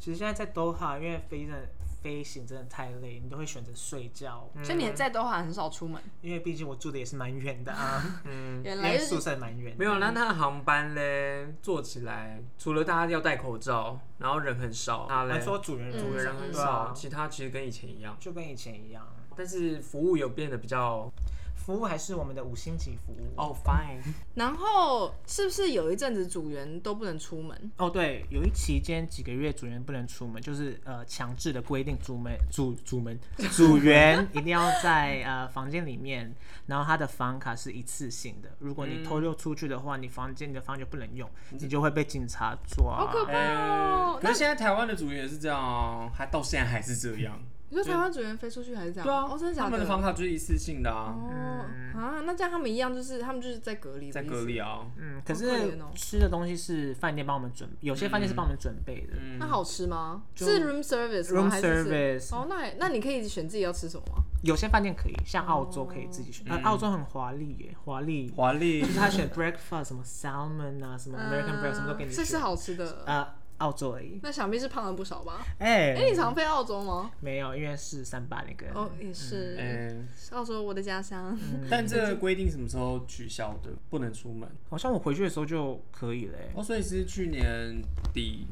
S4: 其实现在在 Doha，因为飞真的飞行真的太累，你都会选择睡觉，
S1: 所以你在都还很少出门，
S4: 因为毕竟我住的也是蛮远的啊，
S2: 嗯，
S1: 原 [laughs]
S4: 因
S1: 来
S4: 为
S1: 就
S4: 宿
S1: 是
S4: 舍蛮远的。
S2: 没有，那他的航班嘞，坐起来除了大家要戴口罩，然后人很少，他嘞
S4: 还说主人
S1: 嗯
S2: 主
S4: 主
S2: 人人
S4: 很
S2: 很
S4: 对
S2: 少，
S4: 啊，
S2: 其他其实跟以前一样，
S4: 就跟以前一样。
S2: 但是服务有变得比较
S4: 服务还是我们的五星级服务。
S2: 哦 fine，
S1: 然后是不是有一阵子组员都不能出门？
S4: 哦，对，有一期间几个月组员不能出门，就是呃强制的规定组门组组门组员一定要在呃房间里面，然后他的房卡是一次性的，如果你偷
S1: 嗯
S4: 溜出去的话，你房间你的房就不能用，你就会被警察抓。
S1: 好可怕哦！
S2: 哎可是现在台湾的组员也是这样哦，还到现在还是这样。
S1: 你说台湾组员飞出去还是这样？
S2: 对啊，
S1: 哦，真的假
S2: 他们的房
S1: 的？
S2: 卡就是一次性的啊，
S1: 哦啊，那这样他们一样，就是他们就是在隔离，
S2: 在隔离。啊。
S4: 嗯，可
S1: 好可
S4: 是
S1: 怜哦嗯
S4: 吃的东西是饭店帮我们准，有些饭店是帮我们准备的。
S2: 嗯
S1: 那好吃吗？
S4: 嗯就是
S1: room service 吗？
S4: room
S1: 还是是
S4: service
S1: 哦，那还那你可以选自己要吃什么吗？
S4: 有些饭店可以，像澳洲可以自己选，
S1: 哦嗯
S4: 呃，澳洲很华丽耶，华丽，
S2: 华丽哎
S4: 就是他选 breakfast 什么 salmon 啊，什么 American breakfast 什么都给你
S1: 嗯是
S4: 选。
S1: 是好吃的，
S4: 呃，澳洲而已。
S1: 那想必是胖了不少吧？
S4: 哎、
S1: 哎，你常飞澳洲吗？
S4: 没有，因为是三八那个。
S1: 哦，也
S4: 哎
S1: 是，
S2: 嗯，
S1: 澳洲我的家乡。
S4: 嗯
S2: 但这个规定什么时候取消的？不能出门。
S4: 好像我回去的时候就可以了、欸，
S2: 哦，所以是去年底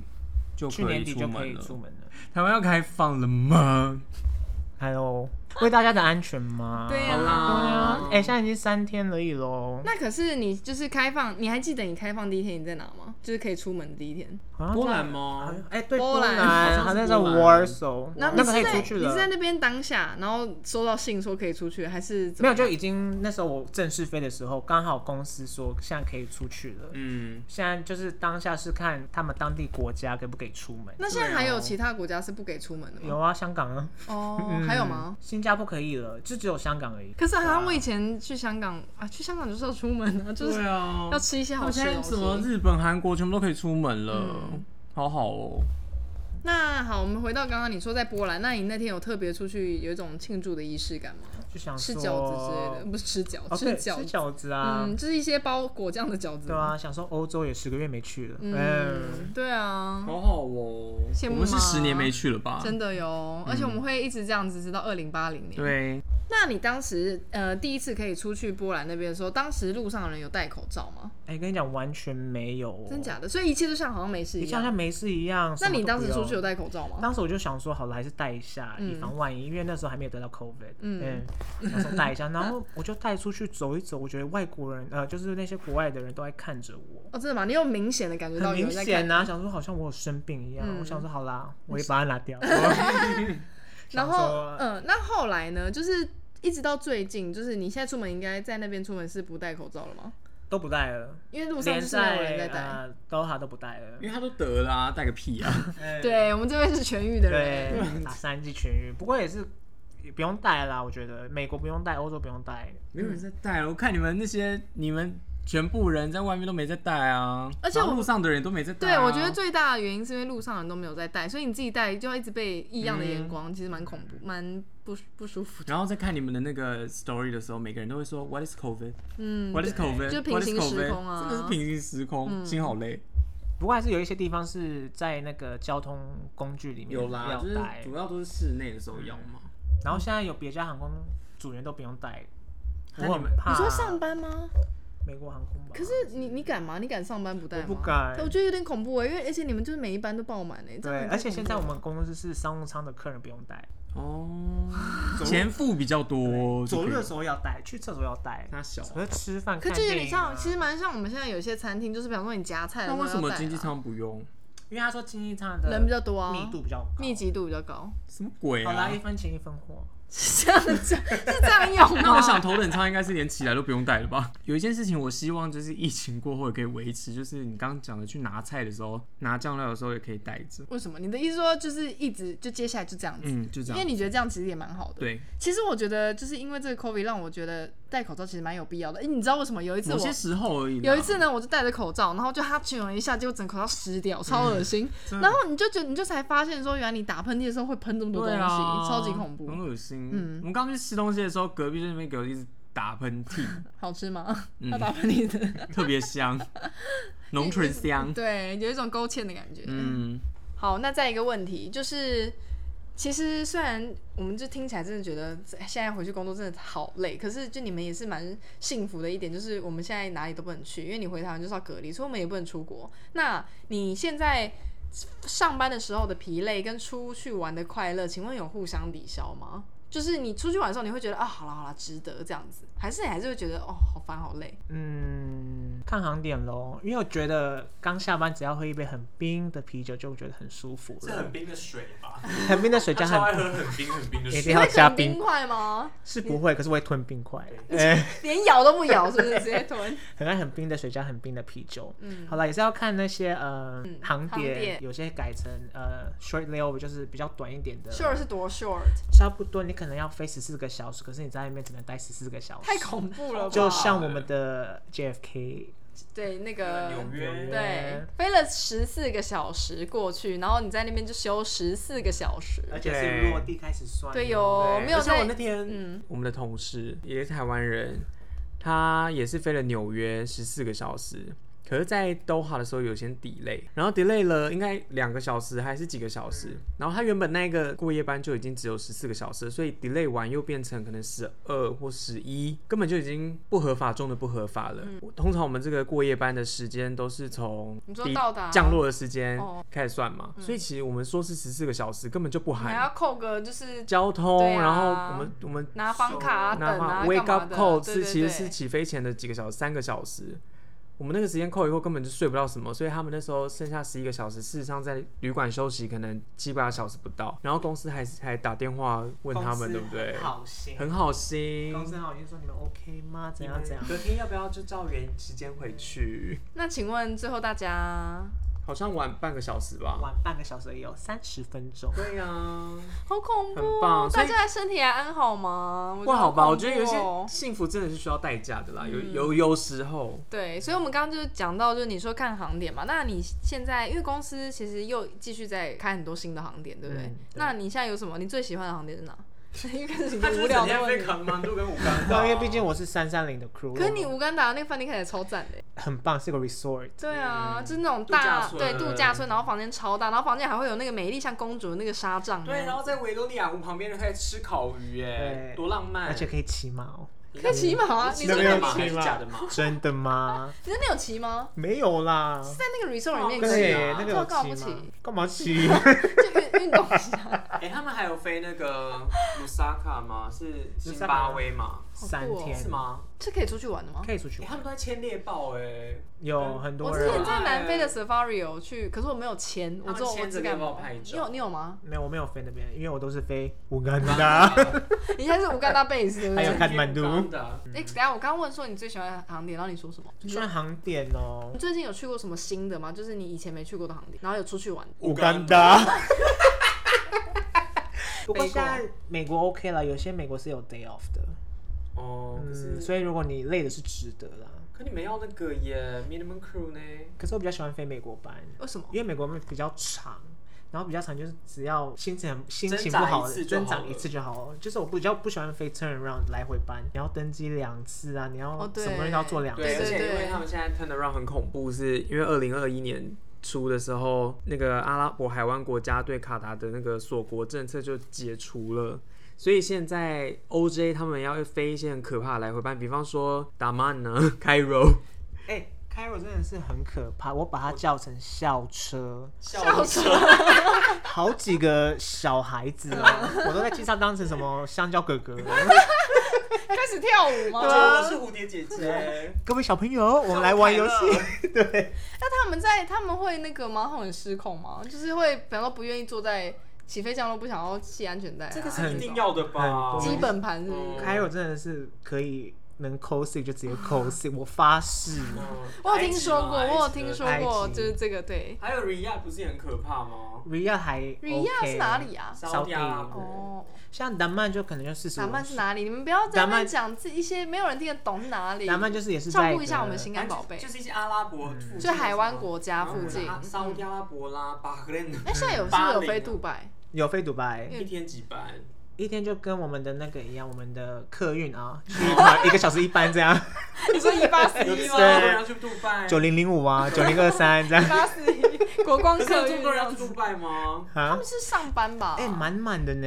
S2: 就
S4: 去
S2: 可
S4: 年
S2: 以
S4: 底
S2: 出
S4: 就可以
S2: 门了。
S4: 出门了。
S2: 台湾要开放了吗？
S4: Hello，为大家的安全吗？
S1: 对
S4: 呀、
S1: 呀
S4: 对啊，哎、现在已经三天而已喽。
S1: [laughs] 那可是你就是开放，你还记得你开放第一天你在哪吗？就是可以出门的第一天。
S4: 好像
S2: 波
S4: 在
S2: 兰？吗？
S4: 哎、对，
S1: 波
S4: 波
S1: 兰
S4: 兰，
S2: 好像
S4: 好像
S2: 是
S4: 在
S2: 波兰
S4: Warsaw，
S1: 那
S4: 那
S1: 你
S4: 个可
S1: 是
S4: 以
S1: 在
S4: 出去
S1: 你
S4: 了
S1: 是。在那边当下，然后收到信说可以出去，还是怎
S4: 没
S1: 么
S4: 有，
S1: 样
S4: 就已经那时候我正式飞的时候，刚好公司说现在可以出去了。
S2: 嗯，
S4: 现在就是当下是看他们当地国家可不可以出门。
S1: 那现在还有其他国家是不给出门的吗？
S4: 啊有嗯啊，香港啊，
S1: 哦，还有吗？
S4: 新加坡可以了，就只有香港而已。
S1: 可是好像我以前去香港啊，去香港就是要出门啊，就是
S2: 对啊。
S1: 要吃一些
S2: 那
S1: 好
S2: 我
S1: 吃的
S2: 现在什么
S1: 东西。
S2: 日本、韩国全部都可以出门了，
S1: 嗯
S2: 好好哦。
S1: 那好，我们回到刚刚你说在波兰，那你那天有特别出去有一种庆祝的仪式感吗？
S4: 就想
S1: 吃
S4: 啊说
S1: 饺子之类的，，不是吃饺，
S4: 哦
S1: 吃
S4: 对，
S1: 饺
S4: 吃
S1: 子，
S4: 饺子啊，
S1: 嗯，就是一些包果酱的饺子。
S4: 对啊，想说欧洲也十个月没去了，嗯，
S1: 嗯，对啊，
S2: 好好哦，
S1: 羡慕
S2: 我们是
S1: 吗
S2: 十年没去了吧？
S1: 真的有，
S4: 嗯
S1: 而且我们会一直这样子，直到二零八零年。
S2: 对，
S1: 那你当时呃第一次可以出去波兰那边的时候，当时路上的人有戴口罩吗？
S4: 哎，跟你讲完全没有哦，
S1: 真假的？所以一切就像好像没事
S4: 你
S1: 一
S4: 像像
S1: 样。
S4: 没事一样。
S1: 那
S4: 什么
S1: 你
S4: 都
S1: 当
S4: 不
S1: 时出去有嗯
S4: 用？
S1: 戴口罩吗？
S4: 当时我就想说，好了，还是戴一下，以防万一，因为那时候还没有得到 COVID，嗯，
S1: [laughs]
S4: 那时候戴一下，然后我就带出去走一走，我觉得外国人，呃，就是那些国外的人都在看着我，
S1: 哦，真的吗？你有明显的感觉到
S4: 很
S1: 有
S4: 明
S1: 人在看嗯
S4: 显啊，想说好像我有生病一样。我想说
S1: [laughs]
S4: 好啦，我也把它拿掉。
S1: 然
S4: 想
S1: 后
S4: 说
S1: 嗯，那后来呢？就是一直到最近，就是你现在出门应该在那边出门是不戴口罩了吗？
S4: 都不戴了，
S1: 因为路上
S4: 连
S1: 就是没有人在
S4: 在
S1: 戴。
S4: 呃都哈都不戴了
S2: 因。
S1: [laughs]
S2: 为他都得啦、带个屁啊！
S1: 对我们这边是痊愈的人，
S4: 对，打三剂痊愈，不过也是也不用戴啦。我觉得美国不用戴，欧洲不用戴。
S2: [laughs] 没有人在带，啊我看你们那些你们全部人在外面都没在带啊，
S1: 而且
S2: 然后
S1: 我
S2: 路上的人也都没在带、
S1: 对
S2: 啊。
S1: 我觉得最大的原因是因为路上人都没有在戴，所以你自己戴就要一直被异样的眼
S4: 嗯
S1: 光，其实蛮恐怖、蛮不不舒服的。
S2: 然后在看你们的那个 story 的时候，每个人都会说 What is COVID？
S1: 嗯
S2: What is COVID？
S1: 就平行时空啊嗯
S2: What is COVID？真的是平行时空，心好累。
S4: 不过还是有一些地方是在那个交通工具里面
S2: 有啦，
S4: 要
S2: 就是
S4: 戴。
S2: 主要都是室内的时候要嘛。
S4: 然后现在有别家航空组员都不用戴，
S2: 那
S4: 我
S2: 你
S4: 很
S2: 们
S4: 怕。
S1: 你说上班吗？
S4: 美国航空吧？
S1: 可是你你敢吗？你敢上班不戴吗？
S4: 我不敢
S1: 我觉得有点恐怖哎、因为而且你们就是每一班都爆满哎、这样
S4: 对，
S1: 很
S4: 而且
S1: 恐
S4: 现
S1: 怖
S4: 在我们公司是商务舱的客人不用戴。
S2: 哦，钱付比较多，
S4: 走路
S2: 热
S4: 的时候要戴，去厕所要戴，
S2: 那小。
S4: 可是吃饭、
S1: 可
S4: 看
S1: 这有
S4: 电
S1: 点
S4: 影啊
S1: 像，其实蛮像我们现在有一些餐厅，就是比方说你夹菜的
S2: 那
S1: 时候要
S2: 为
S1: 戴啦，
S2: 什么经济舱不用？
S4: 因为他说经济舱的
S1: 人比较多啊，
S4: 密度比较高，
S1: 密集度比较高，
S2: 什么鬼
S4: 好
S2: 啊
S4: 啦，一？分钱一分货。
S1: 是这样子，是这样用
S2: [laughs] 那我
S1: 吗？
S2: 想头等舱应该是连起来都不用带了吧？ [laughs] 有一件事情我希望就是疫情过后也可以维持，就是你刚刚讲的去拿菜的时候拿酱料的时候也可以带着。
S1: 为什么？你的意思说就是一直就接下来就这样子，
S2: 嗯，就这
S1: 因为
S2: 样。
S1: 你觉得这样其实也蛮好的。
S2: 对，
S1: 其实我觉得就是因为这个 COVID 让我觉得戴口罩其实蛮有必要的。哎，你知道为什么？有一次
S2: 某
S1: 我
S2: 些时候而已啦。
S1: 有一次呢，我就戴着口罩，然后就哈啾了一下，结果整口罩湿掉，超恶心。
S2: 嗯
S1: 然后你就觉得，你就才发现说，原来你打喷嚏的时候会喷这么多东
S2: 对
S1: 西，
S2: 啊，
S1: 超级恐怖
S2: 很。恶心。
S1: 嗯
S2: 我们刚刚去吃东西的时候，隔壁就在那边给我一直打喷嚏，
S1: [laughs] 好吃吗？
S2: 嗯
S1: [laughs] 它打喷嚏的，
S2: 特别香，浓醇 [laughs] 香。
S1: 对，有一种勾芡的感觉。
S2: 嗯，
S1: 好，那再一个问题就是，其实虽然我们就听起来真的觉得现在回去工作真的好累，可是就你们也是蛮幸福的一点，就是我们现在哪里都不能去，因为你回台湾就是要隔离，所以我们也不能出国。那你现在上班的时候的疲累跟出去玩的快乐，请问有互相抵消吗？就是你出去玩的时候，你会觉得啊，好了好了，值得这样子，还是你还是会觉得哦，好烦好累？
S4: 嗯，看航点咯，因为我觉得刚下班只要喝一杯很冰的啤酒，就觉得很舒服
S6: 是
S4: 了。
S6: 很冰的水吧？
S4: 很冰的水
S6: 他
S4: 加
S6: 超爱
S4: 很
S6: 喝很冰很冰的
S4: 一
S6: 水
S4: 定。要
S1: 会
S4: 加
S1: 啃
S4: 冰
S1: 冰，块吗？
S4: 是不会，可是我会吞冰块，
S1: 连咬都不咬，是不是直接吞？
S4: 很爱 [laughs] 很冰的水加很冰的啤酒。
S1: 嗯，
S4: 好了，也是要看那些呃
S1: 嗯
S4: 航
S1: 航
S4: 点，
S1: 点
S4: 有些改成呃 short layover，就是比较短一点的
S1: short 是多 short？
S4: 差不多你可能要飞十四个小时，可是你在那边只能待十四个小时，
S1: 太恐怖了吧！
S4: 就像我们的 JFK
S1: 对那个
S6: 纽约
S1: 对，飞了十四个小时过去，然后你在那边就休十四个小时。
S4: 而且是落地开始算哦。
S1: 对有没有
S2: 可是我
S1: 在
S2: 那？天，
S1: 嗯
S2: 我们的同事也是台湾人，他也是飞了纽约十四个小时，可是，在 Doha 的时候有些 delay，然后 delay 了应该两个小时还是几个小时，
S1: 嗯
S2: 然后他原本那个过夜班就已经只有十四个小时，所以 delay 完又变成可能十二或十一，根本就已经不合法中的不合法了。我通常我们这个过夜班的时间都是从
S1: 嗯你说
S2: 离
S1: 到达
S2: 降落的时间
S1: 哦
S2: 开始算嘛，所以其实我们说是十四个小时，根本就不
S1: 你还
S2: 含
S1: 要扣个就是
S2: 交通，
S1: 对啊
S2: 然后我们我们
S1: 拿房卡啊、
S2: 那
S1: 等啊、干
S2: wake
S1: 嘛
S2: up
S1: 的
S2: call
S1: 对
S2: 是
S1: 对
S2: 其实
S1: 对
S2: 是起飞前的几个小时，三个小时。我们那个时间扣以后根本就睡不到什么，所以他们那时候剩下十一个小时，事实上在旅馆休息可能七八个小时不到，然后公司还还打电话问他们，对不对？
S4: 好心，
S2: 很好心，
S4: 公司很好心说你们 OK 吗？怎
S2: 你
S4: 样
S2: 们
S4: 怎样？
S2: 隔天要不要就照原时间回去？
S1: 那请问最后大家，
S2: 好像晚半个小时吧。
S4: 晚半个小时也有三十分钟。
S2: 对呀、
S1: 好恐怖
S2: 很
S1: 哦
S2: 棒！所
S1: 大
S2: 以
S1: 家的身体还安好吗？
S2: 不好
S1: 哦
S2: 吧？我觉得有一
S1: 些
S2: 些幸福真的是需要代价的啦，
S1: 嗯
S2: 有有有时候。
S1: 对，所以我们刚刚就是讲到，就是你说看航点嘛，那你现在因为公司其实又继续在开很多新的航点，对不对？
S2: 嗯
S1: 那你现在有什么？你最喜欢的航点是哪？ [laughs] 一开始你
S6: 他就
S1: 无
S6: 是
S1: 聊
S6: 整天
S1: 的问
S6: 飞
S1: 题。
S6: 扛忙度跟武钢
S4: 对啊，因为毕竟我是三三零的 crew，
S1: 可是你乌干达那个饭店看起来超赞的欸，
S4: 很棒，是个 resort，
S1: 对啊，就是那种
S2: 嗯度假
S1: 大
S2: 村
S1: 对度假村，然后房间超大，然后房间还会有那个美丽像公主的那个纱帐，
S2: 对，然后在维多利亚湖啊旁边在吃烤鱼，哎
S4: 对，
S2: 多浪漫！
S4: 而且可以骑马哦。 [laughs]
S1: 可以骑马啊，你
S2: 你
S1: 说
S2: 真
S1: 你
S3: 那
S2: 的
S3: 边
S2: 吗？还
S3: 有
S2: 是
S3: 骑马
S2: 假的吗？
S4: 真的吗？
S1: 你真的有骑吗？
S4: 没有啦。
S1: 在那个
S2: 哦
S1: resort 里面
S4: 对
S1: 骑啊，，
S4: 那个
S1: 这干嘛
S4: 有
S1: 不
S4: 骑
S1: 骑？
S4: 吗？ [laughs] 干嘛骑？
S1: 就运运动一下，
S2: 哎，他们还有飞那个 Lusaka 吗？是
S4: 卢
S2: 津
S4: 萨卡
S2: 巴威吗？
S4: 三
S1: 哦
S4: 天
S2: 是？吗？
S1: 这可以出去玩的吗？
S4: 可以出去
S2: 哎，他们，
S4: 玩
S2: 都在签猎豹哎，
S4: 有很
S1: 嗯我
S4: 多
S1: 之前
S4: 人。
S1: 在南非的
S3: 啊
S1: Safari 有去，可是我没有签，我
S2: 他们
S1: 只有我
S2: 签
S1: 只
S2: 着
S1: 敢
S2: 面包
S1: 买
S2: 拍
S1: 你
S2: 照
S1: 有你有吗？
S4: 没有，我没有飞那边，因为我都是飞乌干
S1: 啊
S4: 达。
S1: 你现在是乌干达 base 对不
S2: [laughs]
S4: 还
S1: 对？
S4: 有
S1: 哎
S4: 看曼都
S2: 真的，
S1: 等一下我刚刚问说你最喜欢的航点，然后你说什么？
S4: 就算航点哦
S1: 你，最近有去过什么新的吗？就是你以前没去过的航点，然后有出去玩的。
S4: 乌干 [laughs] 达。不过
S1: 飞过
S4: 现在美国 OK 了，有些美国是有 day off 的，
S2: 哦，可
S4: 嗯，
S2: 是
S4: 所以如果你累的是值得啦。
S2: 可你们要那个耶 minimum crew 呢？
S4: 可是我比较喜欢飞美国班，
S1: 为什么？
S4: 因为美国班比较长，然后比较长就是只要心情很心情不好，
S2: 挣扎一次就好
S4: 增
S2: 了
S4: 长一次就好了。就是我比较不喜欢飞 turn around 来回班，你要登机两次啊，你要
S1: 哦对
S4: 什么东西都要做两次。
S1: 对
S2: 而
S1: 对
S2: 且
S1: 对
S2: 因为他们现在 turn around 很恐怖，是因为二零二一年。初的时候，那个阿拉伯海湾国家对卡达的那个锁国政策就解除了，所以现在 OJ 他们要飞一些很可怕的来回班，比方说达曼呢、 [laughs] 开罗，
S4: 哎、c a i r o 真的是很可怕，我把它叫成校车，
S1: 笑死了！
S4: 好几个小孩
S1: [laughs]
S4: 子哦，我都在机上当成什么香蕉哥哥。
S1: [laughs] 开始跳舞吗？
S6: 我
S2: 啊
S6: 是蝴蝶姐
S1: 啊
S6: 姐，
S4: 各位小朋友，我们来玩游戏。
S1: 哦
S4: [laughs]
S1: 那他们在他们会那个吗？他们很失控吗？就是会，比方说不愿意坐在起飞降落，不想要系安全带、啊，这个
S6: 是一定要的吧？
S1: 基本盘是不是？
S4: Cairo 真的是可以能 cos 就直接 cos，我发誓。
S1: 我有听说过，我有听说过，
S4: 埃及
S1: 就是这个对。
S2: 哎还有 Ria 不是也很可怕吗？
S4: Ria 还
S1: Ria 是哪里啊？
S4: 沙特
S2: 沙特阿拉伯
S1: 哦，
S4: 像达曼就可能就四十五。
S1: 达曼是？哪里？你们不要在那边讲这一些没有人听得懂是哪里。
S4: 达曼就是也是在
S1: 照顾一下
S4: 个
S1: 我们心肝宝贝
S2: 就，是一些阿拉伯附近的什么，
S1: 就海湾国家附近嗯
S2: 然后沙特阿拉伯啦、巴赫兰，
S1: 哎，现在有是不
S2: 巴
S1: 是有
S2: 黎
S1: 飞
S2: 啊
S1: 杜拜？
S4: 有飞迪拜，
S2: 一天几班？
S4: 一天就跟我们的那个一样，我们的客运啊，去一一个小时一班
S1: [laughs]
S4: 这样，
S1: [laughs] 你说一八四
S6: 有
S1: 一
S6: 中
S1: 吗
S6: 国？人要去杜拜，
S4: 九零零五啊，九零二三这样
S1: 一八四一国光
S6: 啊可是
S1: 客
S6: 有
S1: 运
S6: 中
S1: 这
S6: 国人要
S1: 样
S6: 去
S1: 子
S6: 杜拜吗？
S1: 他
S4: 啊
S1: 们，是上班吧？
S4: 哎，满满的呢，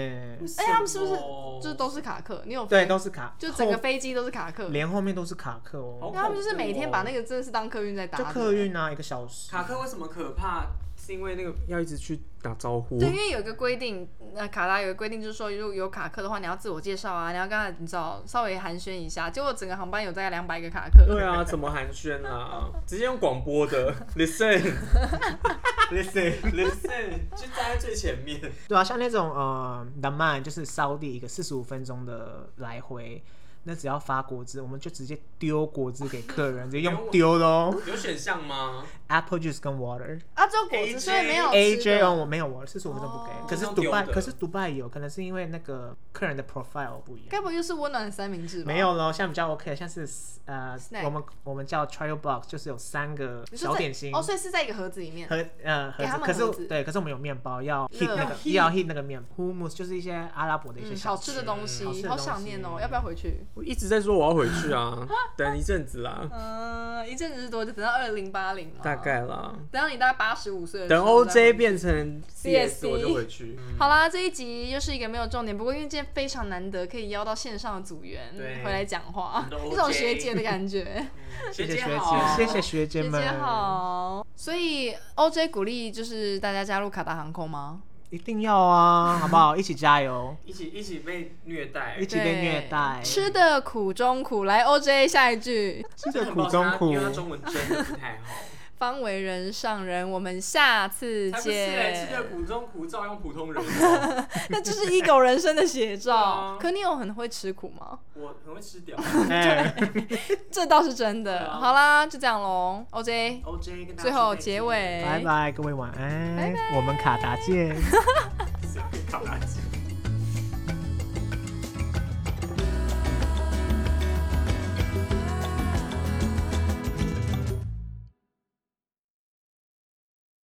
S1: 哎、他们是不是
S6: 什么
S1: 就是都是卡克？你有
S4: 对，
S1: 分
S4: 都是卡，
S1: 就整个
S4: 后
S1: 飞机都是卡克，
S4: 连后面都是卡客哦
S6: 好，
S1: 那他们就是每天把那个真的是当客运在搭，
S4: 就客运啊，一个小时，
S6: 卡克为什么可怕？是因为那个
S2: 要一直去打招呼
S1: 对，。因为有一个规定，那卡达有个规定，就是说如果有卡克的话，你要自我介绍啊，你要跟他你知道稍微寒暄一下。结果整个航班有大概两百个卡克，
S2: 对啊，怎么寒
S1: [laughs]
S2: 暄啊？直接用广播的 [laughs] ，listen，listen， [laughs]
S6: listen 就站在最前面，
S4: 对啊，像那种呃，南曼就是烧地一个四十五分钟的来回，那只要发果汁，我们就直接丢果汁给客人，直
S1: [laughs]
S4: 接用丢的哦。
S6: 有选项吗？
S4: Apple juice 跟 water。
S1: 啊，只有果子，
S6: AJ
S1: 所以没有吃
S4: AJ
S1: 的
S4: 哦，我没有我四十五分钟不给，
S1: 哦
S4: 可是
S6: 用
S4: 迪
S6: 丢
S4: 拜，
S6: 的
S4: 可是迪拜有可能是因为那个客人的 profile 不一
S1: 该
S4: 样，
S1: 不会又是温暖的三明治吧？
S4: 没。有咯，像比较 OK，的像是呃
S1: Snack
S4: 我们我们叫 trial box，就是有三个
S1: 你说
S4: 小
S1: 在
S4: 点心
S1: 哦，所以是在一个盒子里面。
S4: 和呃
S1: 给他
S4: 盒
S1: 们
S4: 子，
S1: 盒
S4: 可
S1: 子
S4: 是对，可是我们有面包要
S1: 热
S4: hit 那
S6: 要
S4: 个
S6: heat
S4: 要 hit 那个面 hummus，就是一些阿拉伯的一些
S1: 嗯，
S4: 小
S1: 好吃的东西，
S4: 好吃的
S1: 好
S4: 东
S1: 想念哦！
S4: 西
S1: 要不要回去？
S2: 我一直在说我要回去啊，等一阵子啦，
S1: 嗯、一阵子是多久？等到二零八零吗？
S2: 大。概啦，
S1: 等到你大概八十五岁的时
S2: 等
S1: 候再回
S2: OJ
S1: 去
S2: 变成 CS
S1: CSD
S2: 我就回去。
S6: 嗯
S1: 好啦，这一集又是一个没有重点，不过因为今天非常难得可以邀到线上的组员
S6: 对
S1: 回来讲话
S6: 我们
S1: [laughs]
S6: 的，
S1: 一种
S6: OJ
S1: 学姐的感
S6: [laughs]
S1: 觉。
S6: 学
S4: 谢
S6: 姐
S4: 学
S6: 好，
S4: 姐，谢谢学姐
S1: 学
S4: 们，
S1: 姐好，所以 OJ 鼓励就是大家加入卡达航空吗？
S4: 一定
S1: [laughs]
S4: 要啊，好不好？一起加油，
S6: 一起一起被虐待
S4: 一，起被虐待，
S6: 哎
S1: 对吃的苦中苦。来，OJ 下一句，
S4: 吃
S6: 真
S4: 的
S6: 很
S4: 苦
S6: 抱
S4: 中
S6: 歉他
S4: 苦
S6: 因。为他中文真的不太好。
S1: 方为人上人，我们下次
S6: 才不是欸
S1: 见
S6: 吃。的苦中苦，照用普通人。
S1: 那这是一狗人生的写照
S6: 对啊。
S1: 可你有很会吃苦吗？
S6: 我很会吃屌。
S1: [laughs]
S4: 哎，
S1: 这倒是真
S6: 对
S1: 的。
S6: 啊
S1: 好啦，就这样喽，OJ。
S6: OJ 跟大家
S1: 最后结尾，
S4: 拜拜，各位晚安，
S1: 拜拜
S4: 我们卡达见。
S6: 好垃圾。